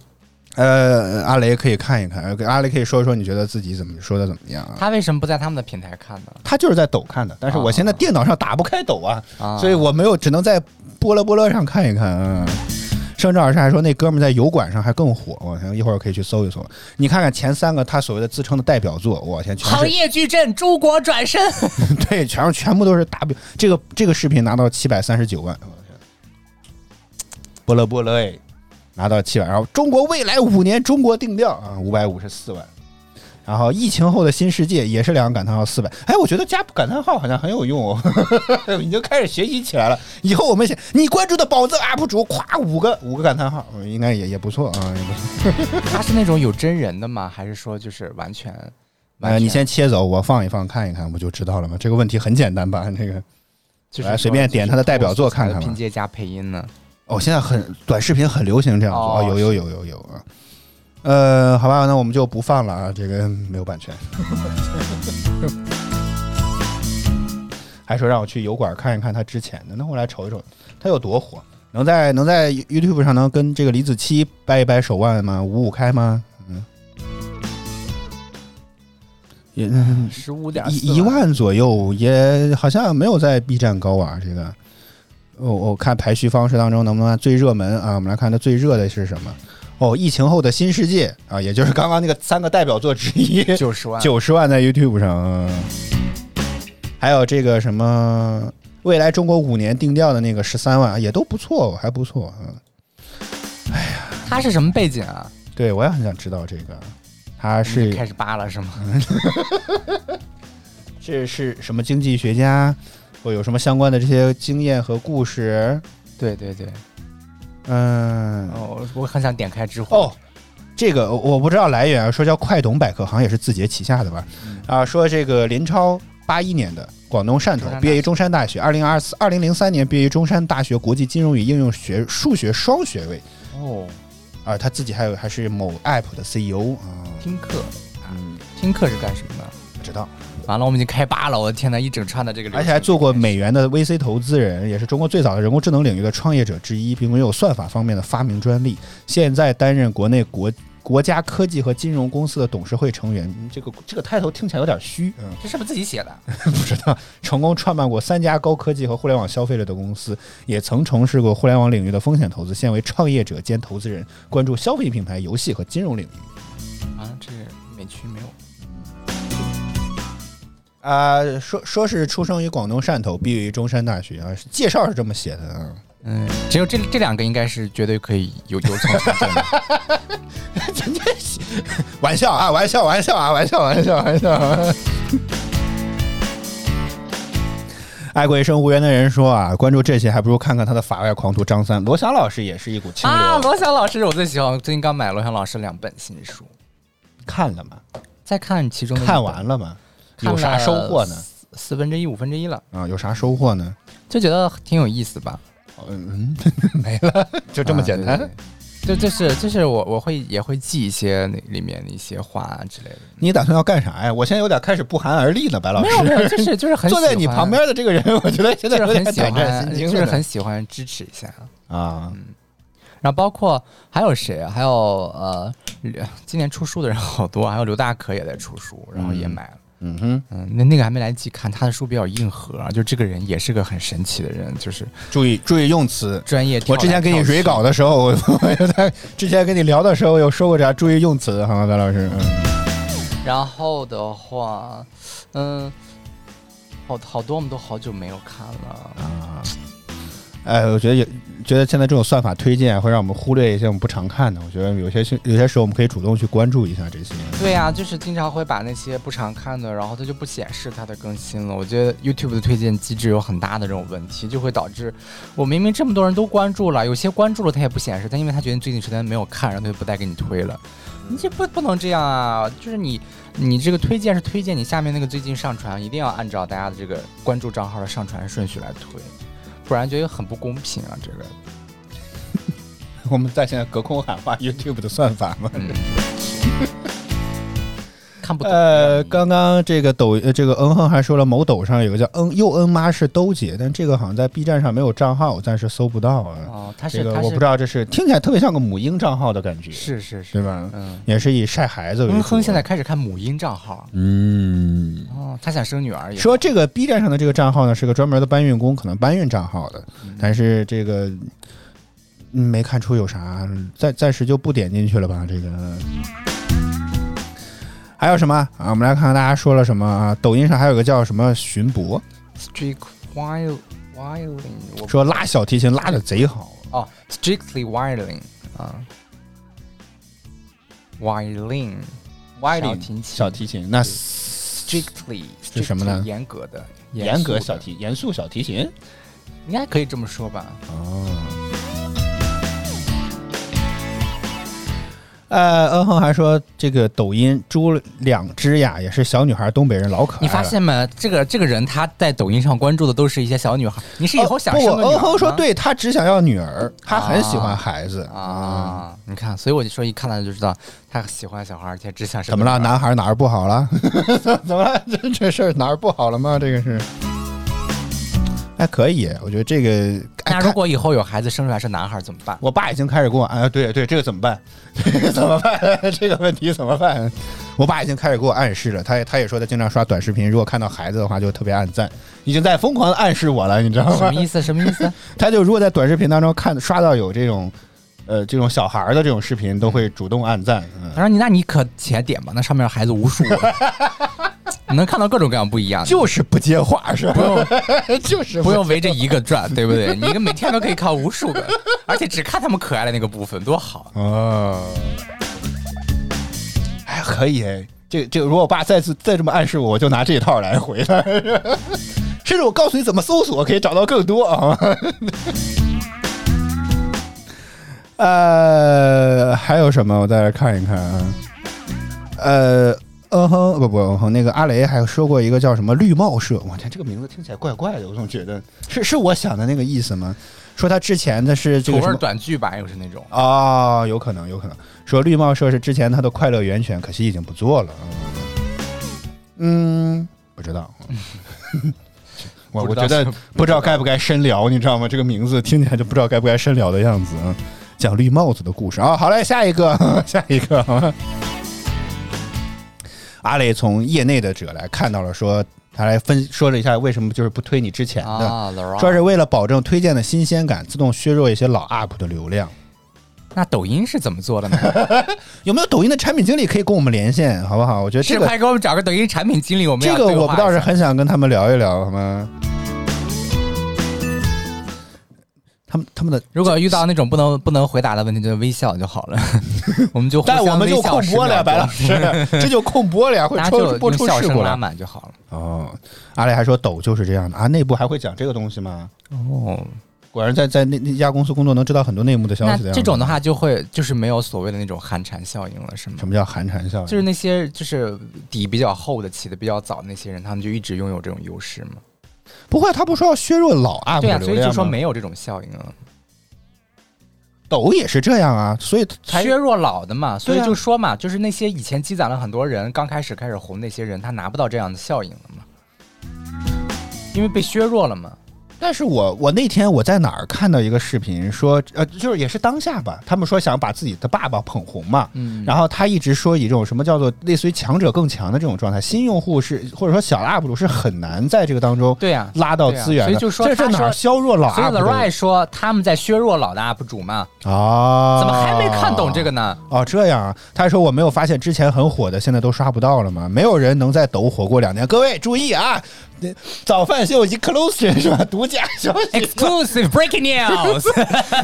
呃，阿雷可以看一看，呃阿雷可以说说你觉得自己怎么说的怎么样啊？
他为什么不在他们的平台看呢？
他就是在抖看的，但是我现在电脑上打不开抖啊，
啊，
所以我没有，只能在波乐波乐上看一看啊。甚至老师还说那哥们儿在油管上还更火，我天，一会儿可以去搜一搜。你看看前三个他所谓的自称的代表作，我天，全
行
是
业矩阵，诸国转身。
对，全全部都是大表。这个这个视频拿到七百三十九万，我的天波乐波乐哎，拿到七百。然后中国未来五年中国定调啊，五百五十四万。然后疫情后的新世界也是两个感叹号四百。哎，我觉得加感叹号好像很有用哦， 已经开始学习起来了。以后我们想你关注的宝藏 UP 主，咵五个五个感叹号，嗯应该也也不错啊。也不错
他是那种有真人的吗？还是说就是完全？完
呃，
全
你先切走，我放一放看一看，不就知道了吗？这个问题很简单吧？这个
就
来
是说
呃随便点他的代表作看看吧
拼接加配音呢？
哦，现在很短视频很流行这样做，
哦
哦、有有有有有啊。呃，好吧，那我们就不放了啊，这个没有版权。 还说让我去油管看一看他之前的，那我来瞅一瞅他有多火，能在能在 YouTube 上能跟这个李子柒掰一掰手腕吗？五五开吗？嗯，也
十五点
一一万左右，也好像没有在 B 站高啊。这个，我、我看排序方式当中能不能按最热门啊？我们来看它最热的是什么？哦，疫情后的新世界啊，也就是刚刚那个三个代表作之 一，
九十万，
九十万在 YouTube 上。嗯还有这个什么未来中国五年定调的那个十三万，啊也都不错，还不错。嗯，
他是什么背景啊？
对我也很想知道这个，它是嗯
开始扒了是吗？
是是什么经济学家，或有什么相关的这些经验和故事？
对对对，
嗯，
哦，我很想点开知乎。
哦，这个我我不知道来源啊，说叫快懂百科，好像也是字节旗下的吧？
嗯
啊，说这个林超八一年的，广东汕头
中山，大
毕业于中山大学，二零二四二零零三年毕业于中山大学国际金融与应用学数学双学位，
哦，
啊，他自己还有还是某 app 的 CEO 啊，
听课，
嗯
听课是干什么的？
不知道，
完了，我们已经开扒了，我的天呐，一整串的这个流程，
而且还做过美元的 VC 投资人，也是中国最早的人工智能领域的创业者之一，并拥有算法方面的发明专利。现在担任国内国国家科技和金融公司的董事会成员。嗯这个这个 title 听起来有点虚，嗯，
这是不是自 己写的？
不知道。成功创办过三家高科技和互联网消费类的公司，也曾从事过互联网领域的风险投资，现为创业者兼投资人，关注消费品牌、游戏和金融领域。
啊，这美区没有。
啊、说说是出生于广东汕头，毕业于中山大学啊，介绍是这么写的啊。
嗯，只有这这两个应该是绝对可以有有从查证的。
玩笑啊，玩笑，玩笑啊，玩笑，玩笑，玩笑。 爱过一生无缘的人说啊，关注这些还不如看看他的法外狂徒张三。罗翔老师也是一股 清流，
啊，罗翔老师我最喜欢，最近刚买罗翔老师两本新书，
看了吗？
再看其中的一
看
本
完了吗？
看
有啥
了
收获呢？
四四分之一、五分之一了，
啊，有啥收获呢？
就觉得挺有意思吧。
嗯，没了，就这么简单。
啊对对对就就是就是我我会也会记一些那里面的一些话啊之类的，
你打算要干啥呀？我现在有点开始不寒而栗了，白老
没
师。
有 没有，就是就是很
坐在你
喜欢
旁，边的这个人，我觉得现在
就
有
是
点
很喜
胆战
欢，
心
就
惊了呢。
是很喜欢支持一下。
啊，
然后包括还有谁啊？还有呃，今年出书的人好多，还有刘大可也在出书，然后也买了。
嗯哼，
嗯，那那个还没来得及看，他的书比较硬核啊，就这个人也是个很神奇的人，就是
注意注意用词。
专业跳
我
来跳
之
去。
前跟你蕊稿的时候，我我在之前跟你聊的时候我有说过这样，注意用词，好吗，白老师？嗯
然后的话，嗯，好好多我们都好久没有看了。
啊，哎，我觉得有觉得现在这种算法推荐会让我们忽略一些我们不常看的，我觉得有些是有些时候我们可以主动去关注一下这些。
对呀、就是经常会把那些不常看的，然后它就不显示它的更新了。我觉得 YouTube 的推荐机制有很大的这种问题，就会导致我明明这么多人都关注了，有些关注了它也不显示，但因为它觉得你最近时间没有看，然后它就不再给你推了。你这不不能这样啊！就是你你这个推荐是推荐你下面那个最近上传，一定要按照大家的这个关注账号的上传顺序来推，不然觉得很不公平啊！这个。
我们在现在隔空喊话 YouTube 的算法 吗？
看不懂。
呃，刚刚这个抖呃这个嗯哼还说了，某抖上有个叫嗯又嗯妈是兜姐，但这个好像在 B 站上没有账号，我暂时搜不到啊。
哦，他是
这个
他是
我不知道，这是听起来特别像个母婴账号的感觉，
是是是
对，吧？
嗯，
也是以晒孩子为主。啊
嗯哼，现在开始看母婴账号。
嗯，
哦，他想生女儿也
说这个 B 站上的这个账号呢，是个专门的搬运工，可能搬运账号的，但是这个嗯没看出有啥，暂暂时就不点进去了吧。这个还有什么啊？我们来看看大家说了什么啊？抖音上还有个叫什么巡博，
strict viol- violin，我
说拉小提琴拉的贼好，
哦，strictly violin 啊，violin 小提琴
小提琴，那
strictly
是什么呢
strictly 严格的，
严格
肃的
小，提严肃小提琴
应该可以这么说吧？
哦。呃，恩恒还说这个抖音猪两只呀，也是小女孩，东北人老可爱了。
你发现没？这个这个人他在抖音上关注的都是一些小女孩，你是以后想
哦不，
生个女
欧
儿
亨
吗
说，对他只想要女儿，他很喜欢
啊
孩子啊。
啊，你看，所以我就说一看他就知道他喜欢小孩，而且只想生
怎么了？
女儿
男孩哪儿不好了？ 怎么了？这这事儿哪儿不好了吗？这个是。哎，可以，我觉得这个。哎
那
看
如果以后有孩子生出来是男孩怎么 办？
我爸已经开始跟我哎，对对，这个怎么办？ 这个怎么办？ 这个问题怎么办？我爸已经开始给我暗示了，他也他也说他经常刷短视频，如果看到孩子的话就特别暗赞，已经在疯狂的暗示我了，你知道吗？
什么意思？什么意思？
他就如果在短视频当中看刷到有这种，呃，这种小孩儿的这种视频，都会主动按赞。嗯
他，说你那你可浅点吧，那上面孩子无数，你 能看到各种各样不一样的，
就是不接话是吧？ 就是
不用围着一个转，对不对？你一个每天都可以看无数个，而且只看他们可爱的那个部分，多好！
哦。哎，可以哎，这这，如果我爸再次再这么暗示我，我就拿这一套来回了。 甚至我告诉你怎么搜索，可以找到更多啊。呃，还有什么？我再来看一看啊。呃，嗯哼，不不，嗯哼，那个阿雷还说过一个叫什么绿帽社，我天，这个名字听起来怪怪的，我总觉得是是我想的那个意思吗？说他之前的是这
土
个什
味
么
短剧吧，又是那种
啊、有可能，有可能说绿帽社是之前他的快乐源泉，可惜已经不做了。嗯，嗯不知 道。我我
不知道
觉得
是
不知道该不该深聊，你知道吗？这个名字听起来就不知道该不该深聊的样子。啊。讲绿帽子的故事啊，好嘞，下一个， 下一个。好吧阿磊从业内的者来看到了说，他来分说了一下为什么就是不推你之前的，
啊，Laura。
说是为了保证推荐的新鲜感，自动削弱一些老 UP 的流量。
那抖音是怎么做的呢？
有没有抖音的产品经理可以跟我们连线，好不好？我觉得 这
是
个
快给我们找个抖音产品经理，我们
这
要
个
对
我
话
不倒
一
是
下
很想跟他们聊一聊，好吗？他们他们的，
如果遇到那种不能不能回答的问题，就微笑就好了， 我们就互
但我
相
们
微
就
笑
控
10
播了呀，
秒
白老
钟
师，这就控播了呀，会
大家
出
就
播
用
出
笑
事
声
故
拉
来。
满就好了。
哦，阿雷还说抖就是这样的啊，内部还会讲这个东西吗？
哦，
果然在在那那家公司工作能知道很多内幕的消
那
息的样子。
这种的话就会就是没有所谓的那种寒蝉效应了，是吗
什？么叫寒蝉效应？
就是那些就是底比较厚的、起的比较早的那些人，他们就一直拥有这种优势嘛。
不会，他不说要削弱老 UP
对啊，
的
所
流
以
量
就
吗？
说没有这种效应了，
抖也是这样啊，所以才
削弱老的嘛。所以
对啊
就说嘛，就是那些以前积攒了很多人，刚开始开始红那些人，他拿不到这样的效应了嘛，因为被削弱了嘛。
但是我我那天我在哪儿看到一个视频说，呃，就是也是当下吧，他们说想把自己的爸爸捧红嘛，
嗯
然后他一直说以这种什么叫做类似于强者更强的这种状态，新用户是或者说小 UP 主是很难在这个当中
对呀
拉到
对呀
资源的，
所以就说
这
他
是哪儿
说
削弱老
所以
UP
The
主
Right 说他们在削弱老的 UP 主嘛，
啊？
怎么还没看懂这个呢？
哦，这样啊，他说我没有发现之前很火的，现在都刷不到了吗？没有人能在抖火过两年。各位注意啊，那早饭秀以及 Close 是吧？独家消息。
Exclusive breaking news！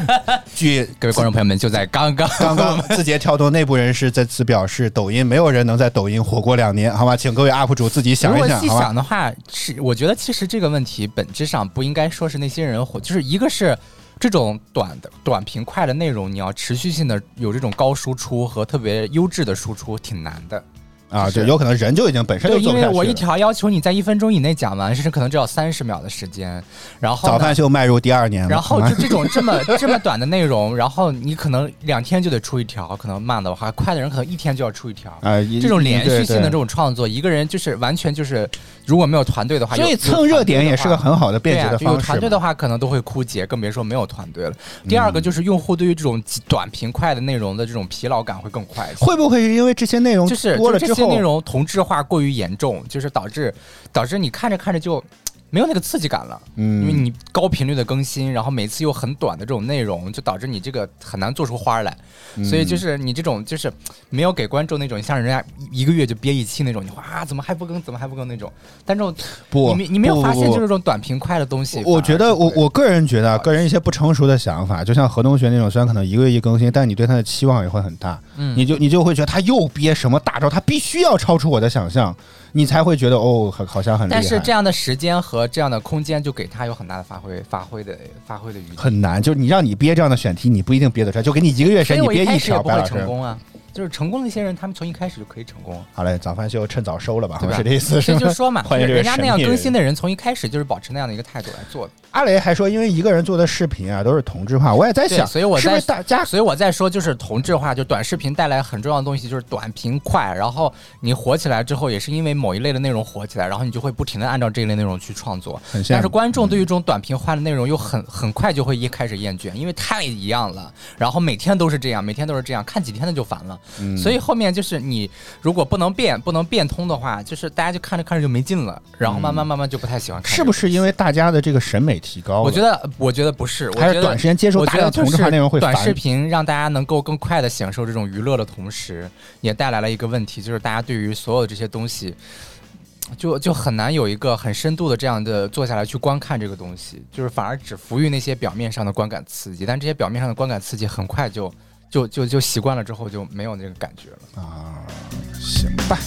据
各位观众朋友们，就在刚刚，
刚刚字节跳动内部人士在此表示，抖音没有人能在抖音火过两年，好吧？请各位 UP 主自己想
如果
一想，
细
好吧
想？的话，是我觉得其实这个问题本质上不应该说是那些人火，就是一个是。这种短的、短平快的内容，你要持续性的有这种高输出和特别优质的输出，挺难的。
啊，
是
对，有可能人就已经本身就
对，
做
因
不下
为
去
我一
了。
条要求你在一分钟以内讲完，甚至可能只要三十秒的时间。然后呢
早饭秀迈入第二年了，
然后
好吧
就这种这么这么短的内容，然后你可能两天就得出一条，可能慢的话，快的人可能一天就要出一条。
啊，一
这种连续性的这。
对对
种创作，一个人就是完全就是，如果没有团队的话，
所以
有
蹭热点也是个很好的
对
便捷
啊
的
就有
方
团
式嘛。嗯
队的话，可能都会枯竭，更别说没有团队了。第二个就是用户对于这种极短平快的内容的这种疲劳感会更快一些。
会不会是因为这些内容
就是
哦多
就
了
是
之
这些
后
内，容同质化过于严重，就是导致导致你看着看着就没有那个刺激感了。
嗯
因为你高频率的更新，然后每次又很短的这种内容，就导致你这个很难做出花儿来。
嗯
所以就是你这种就是没有给观众那种像人家一个月就憋一期那种，你哇、啊、怎么还不更，怎么还不更那种。但这种
不
你没你没有
不
发
不
现
不
就是这种短平快的东西，
我
反
觉
而
得
就
我
会
我个人觉得，啊，个人一些不成熟的想法，就像何同学那种，虽然可能一个月一更新，但你对他的期望也会很大，嗯，你就你就会觉得他又憋什么大招，他必须要超出我的想象，你才会觉得哦，好好像很厉害，
但是这样的时间和这样的空间，就给他有很大的发挥、发挥的、发挥的余地。
很难，就是你让你憋这样的选题，你不一定憋得出来，就给你一个月时
所
间，
以
你
我
憋
一开始也
条
不
白
会
老
成
师。
功啊。就是成功的一些人，他们从一开始就可以成功，
好嘞，早饭秀趁早收了吧，
对吧？
哦是这意思是吗？
所以就说嘛，
欢迎这
人家那样更新
的。
的人，从一开始就是保持那样的一个态度来做的。
阿雷还说，因为一个人做的视频啊都是同质化，我也在
对，
想，
所以我
是不
在
是大家
所以我在说，就是同质化，就短视频带来很重要的东西，就是短平快。然后你火起来之后，也是因为某一类的内容火起来，然后你就会不停的按照这一类内容去创作
很。嗯像
但是观众对于这种短平快的内容又很很快就会一开始厌倦，因为太一样了。然后每天都是这样，每天都是这样，看几天的就烦了。
嗯
所以后面就是你如果不能变，不能变通的话，就是大家就看着看着就没劲了，然后慢慢慢慢就不太喜欢看
嗯
这个。
是不是因为大家的这个审美提高了？
我觉得，我觉得不是，我
哦还是
觉得
短时间接受
我
大
觉
量
得
同
就
质化
是
内容会
短
烦
视频让大家能够更快的享受这种娱乐的同时，也带来了一个问题，就是大家对于所有这些东西，就就很难有一个很深度的这样的坐下来去观看这个东西，就是反而只服于那些表面上的观感刺激，但这些表面上的观感刺激很快就就就就习惯了之后就没有那个感觉了。
行吧。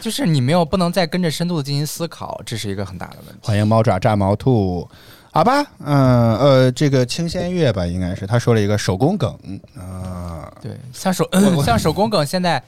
就是你没有不能再跟着深度的进行思考，这是一个很大的问题。
欢迎猫爪炸毛兔，好吧，嗯呃，这个清仙乐吧，应该是他说了一个手工梗啊、
对，像手 像手工梗现在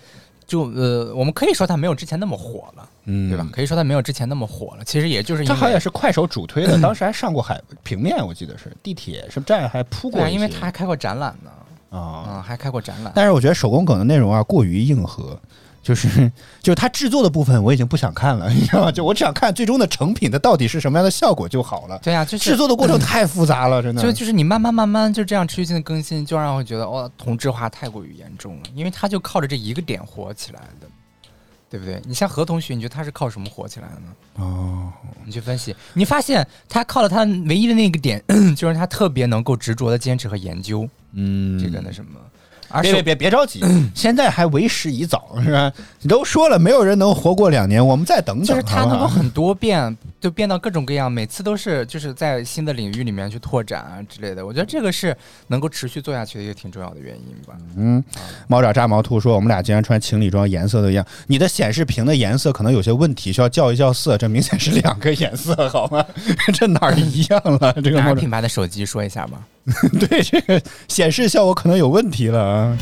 就呃，我们可以说它没有之前那么火了，
嗯
对吧？？可以说它没有之前那么火了。其实也就是因为
他好像也是快手主推的，当时还上过海平面，我记得是地铁什么站还铺
对
过
啊，
一些，
因为他还开过展览呢，
啊、
啊，还开过展览。
但是我觉得手工梗的内容啊过于硬核。就是 就是他制作的部分我已经不想看了，你 知道吗？就我只想看最终的成品，它到底是什么样的效果就好了。
对呀、就是
制作的过程太复杂了，真的。
就就是你慢慢慢慢就这样持续性的更新，就让我觉得哦，同质化太过于严重了，因为他就靠着这一个点火起来的，对不对？你像何同学，你觉得他是靠什么火起来的呢？
哦，
你去分析，你发现他靠了他唯一的那个点， 就是他特别能够执着的坚持和研究
嗯，
这个那什么。而
别
手
别别别 着急，现在还为时已早，是吧？你都说了，没有人能活过两年，我们再等等。
就是它
好不
能
好
够很多变，就变到各种各样，每次都是就是在新的领域里面去拓展啊之类的。我觉得这个是能够持续做下去的一个挺重要的原因吧。
猫爪炸毛兔说，我们俩竟然穿情侣装，颜色都一样。你的显示屏的颜色可能有些问题，需要校一校色。这明显是两个颜色，好吗？ 这哪儿一样了？这个
哪
猫爪
个品牌的手机说一下吧？
对这个显示效果可能有问题了啊。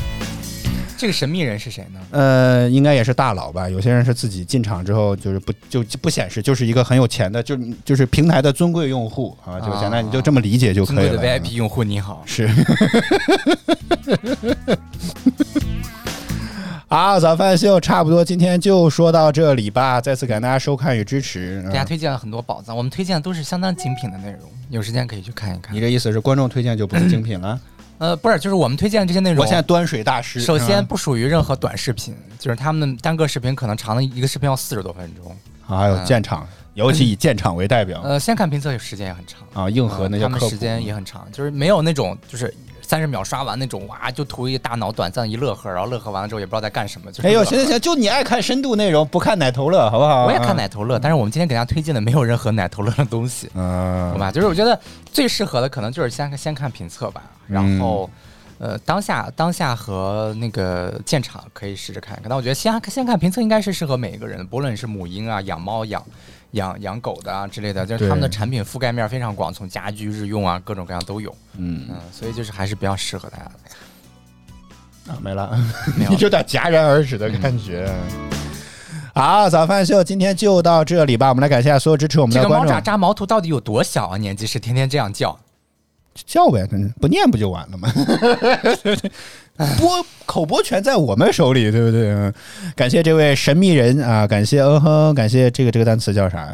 这个神秘人是谁呢？
呃，应该也是大佬吧。有些人是自己进场之后就是不就就不显示，就是一个很有钱的，就就是平台的尊贵用户啊，就简单你就这么理解就
尊
可以
贵
了
的
啊。
VIP 用户你好，
是。啊，早饭秀差不多今天就说到这里吧。再次感谢大家收看与支持。啊
大家推荐了很多宝藏，我们推荐的都是相当精品的内容，有时间可以去看一看
你。这意思是观众推荐就不是精品了？
呃，不是，就是我们推荐的这些内容
我现，在端水大师。
首先
嗯，
不属于任何短视频，就是他们单个视频可能长的一个视频要四十多分
哦
钟。
还
嗯
有建厂，尤其以建厂为代表
呃，先看评测时间也很长
啊，硬核那
呃
些
他
科
们
普嗯
时间也很长，就是没有那种就是三十秒刷完那种哇，就图一大脑短暂一乐呵，然后乐呵完了之后也不知道在干什么。就是
哎
乐
呦，
呵
行行行，就你爱看深度内容，不看奶头乐，好不好？
我也看
嗯。
奶头乐，但是我们今天给大家推荐的没有任何奶头乐的东西，好
嗯，
吧？就是我觉得最适合的可能就是先看先看评测吧，
嗯
然后。呃，当下当下和那个建厂可以试着看一看，但我觉得先先看评测应该是适合每一个人的，不论是母婴啊、养猫、养养养狗的啊之类的，就是他们的
对
产品覆盖面非常广，从家居、日用啊各种各样都有。
嗯
嗯，所以就是还是比较适合大家的。
啊，没 了，
没有
你有点戛然而止的感觉。好，早饭秀今天就到这里吧。我们来感谢一下所有支持我们
这
的
个
观
猫
众
爪。扎毛兔到底有多小啊？年纪是天天这样叫，
叫呗，真是不念不就完 了吗？播口播权在我们手里，对不对？嗯感谢这位神秘人啊，感谢嗯哼，感谢这个这个单词叫啥？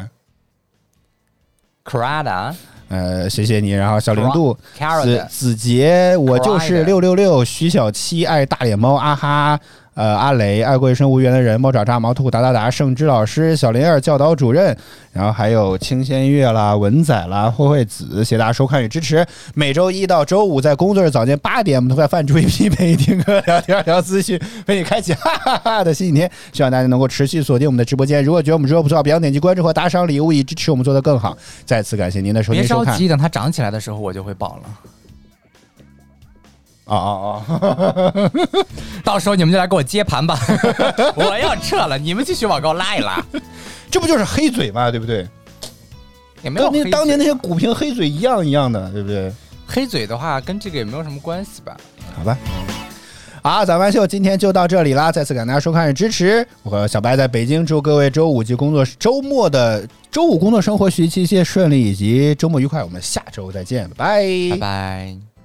Crada、啊
呃，谢谢你。然后小零度、
Carrot
子子杰，我就是六六六，徐小七，爱大脸猫，啊哈，呃，阿雷，爱过一生无缘的人，猫爪扎毛兔，达达达，圣之老师，小林儿，教导主任，然后还有清仙月啦、文仔啦、慧慧子，谢谢大家收看与支持。每周一到周五在工作日早间八点，我们都在饭桌 APP 陪你听歌、聊天、聊资讯，为你开启哈哈哈的新一天。希望大家能够持续锁定我们的直播间。如果觉得我们直播不错，别忘点击关注和打赏礼物以支持我们做得更好。再次感谢您的收
别
听收
着
看。
急，等它长起来的时候我就会抱了，
哦哦哦，
到时候你们就来给我接盘吧， 我要撤了，你们继续往高拉一拉，
这不就是黑嘴嘛，对不对？
也没有
跟那
黑嘴啊
当年那些股评黑嘴一样一样的，对不对？
黑嘴的话跟这个也没有什么关系吧。
好吧。好，早班秀今天就到这里啦！再次感谢大家收看与支持。我和小白在北京，祝各位周五及工作周末的周五工作生活学习一切顺利，以及周末愉快。我们下周再见，拜拜
拜拜。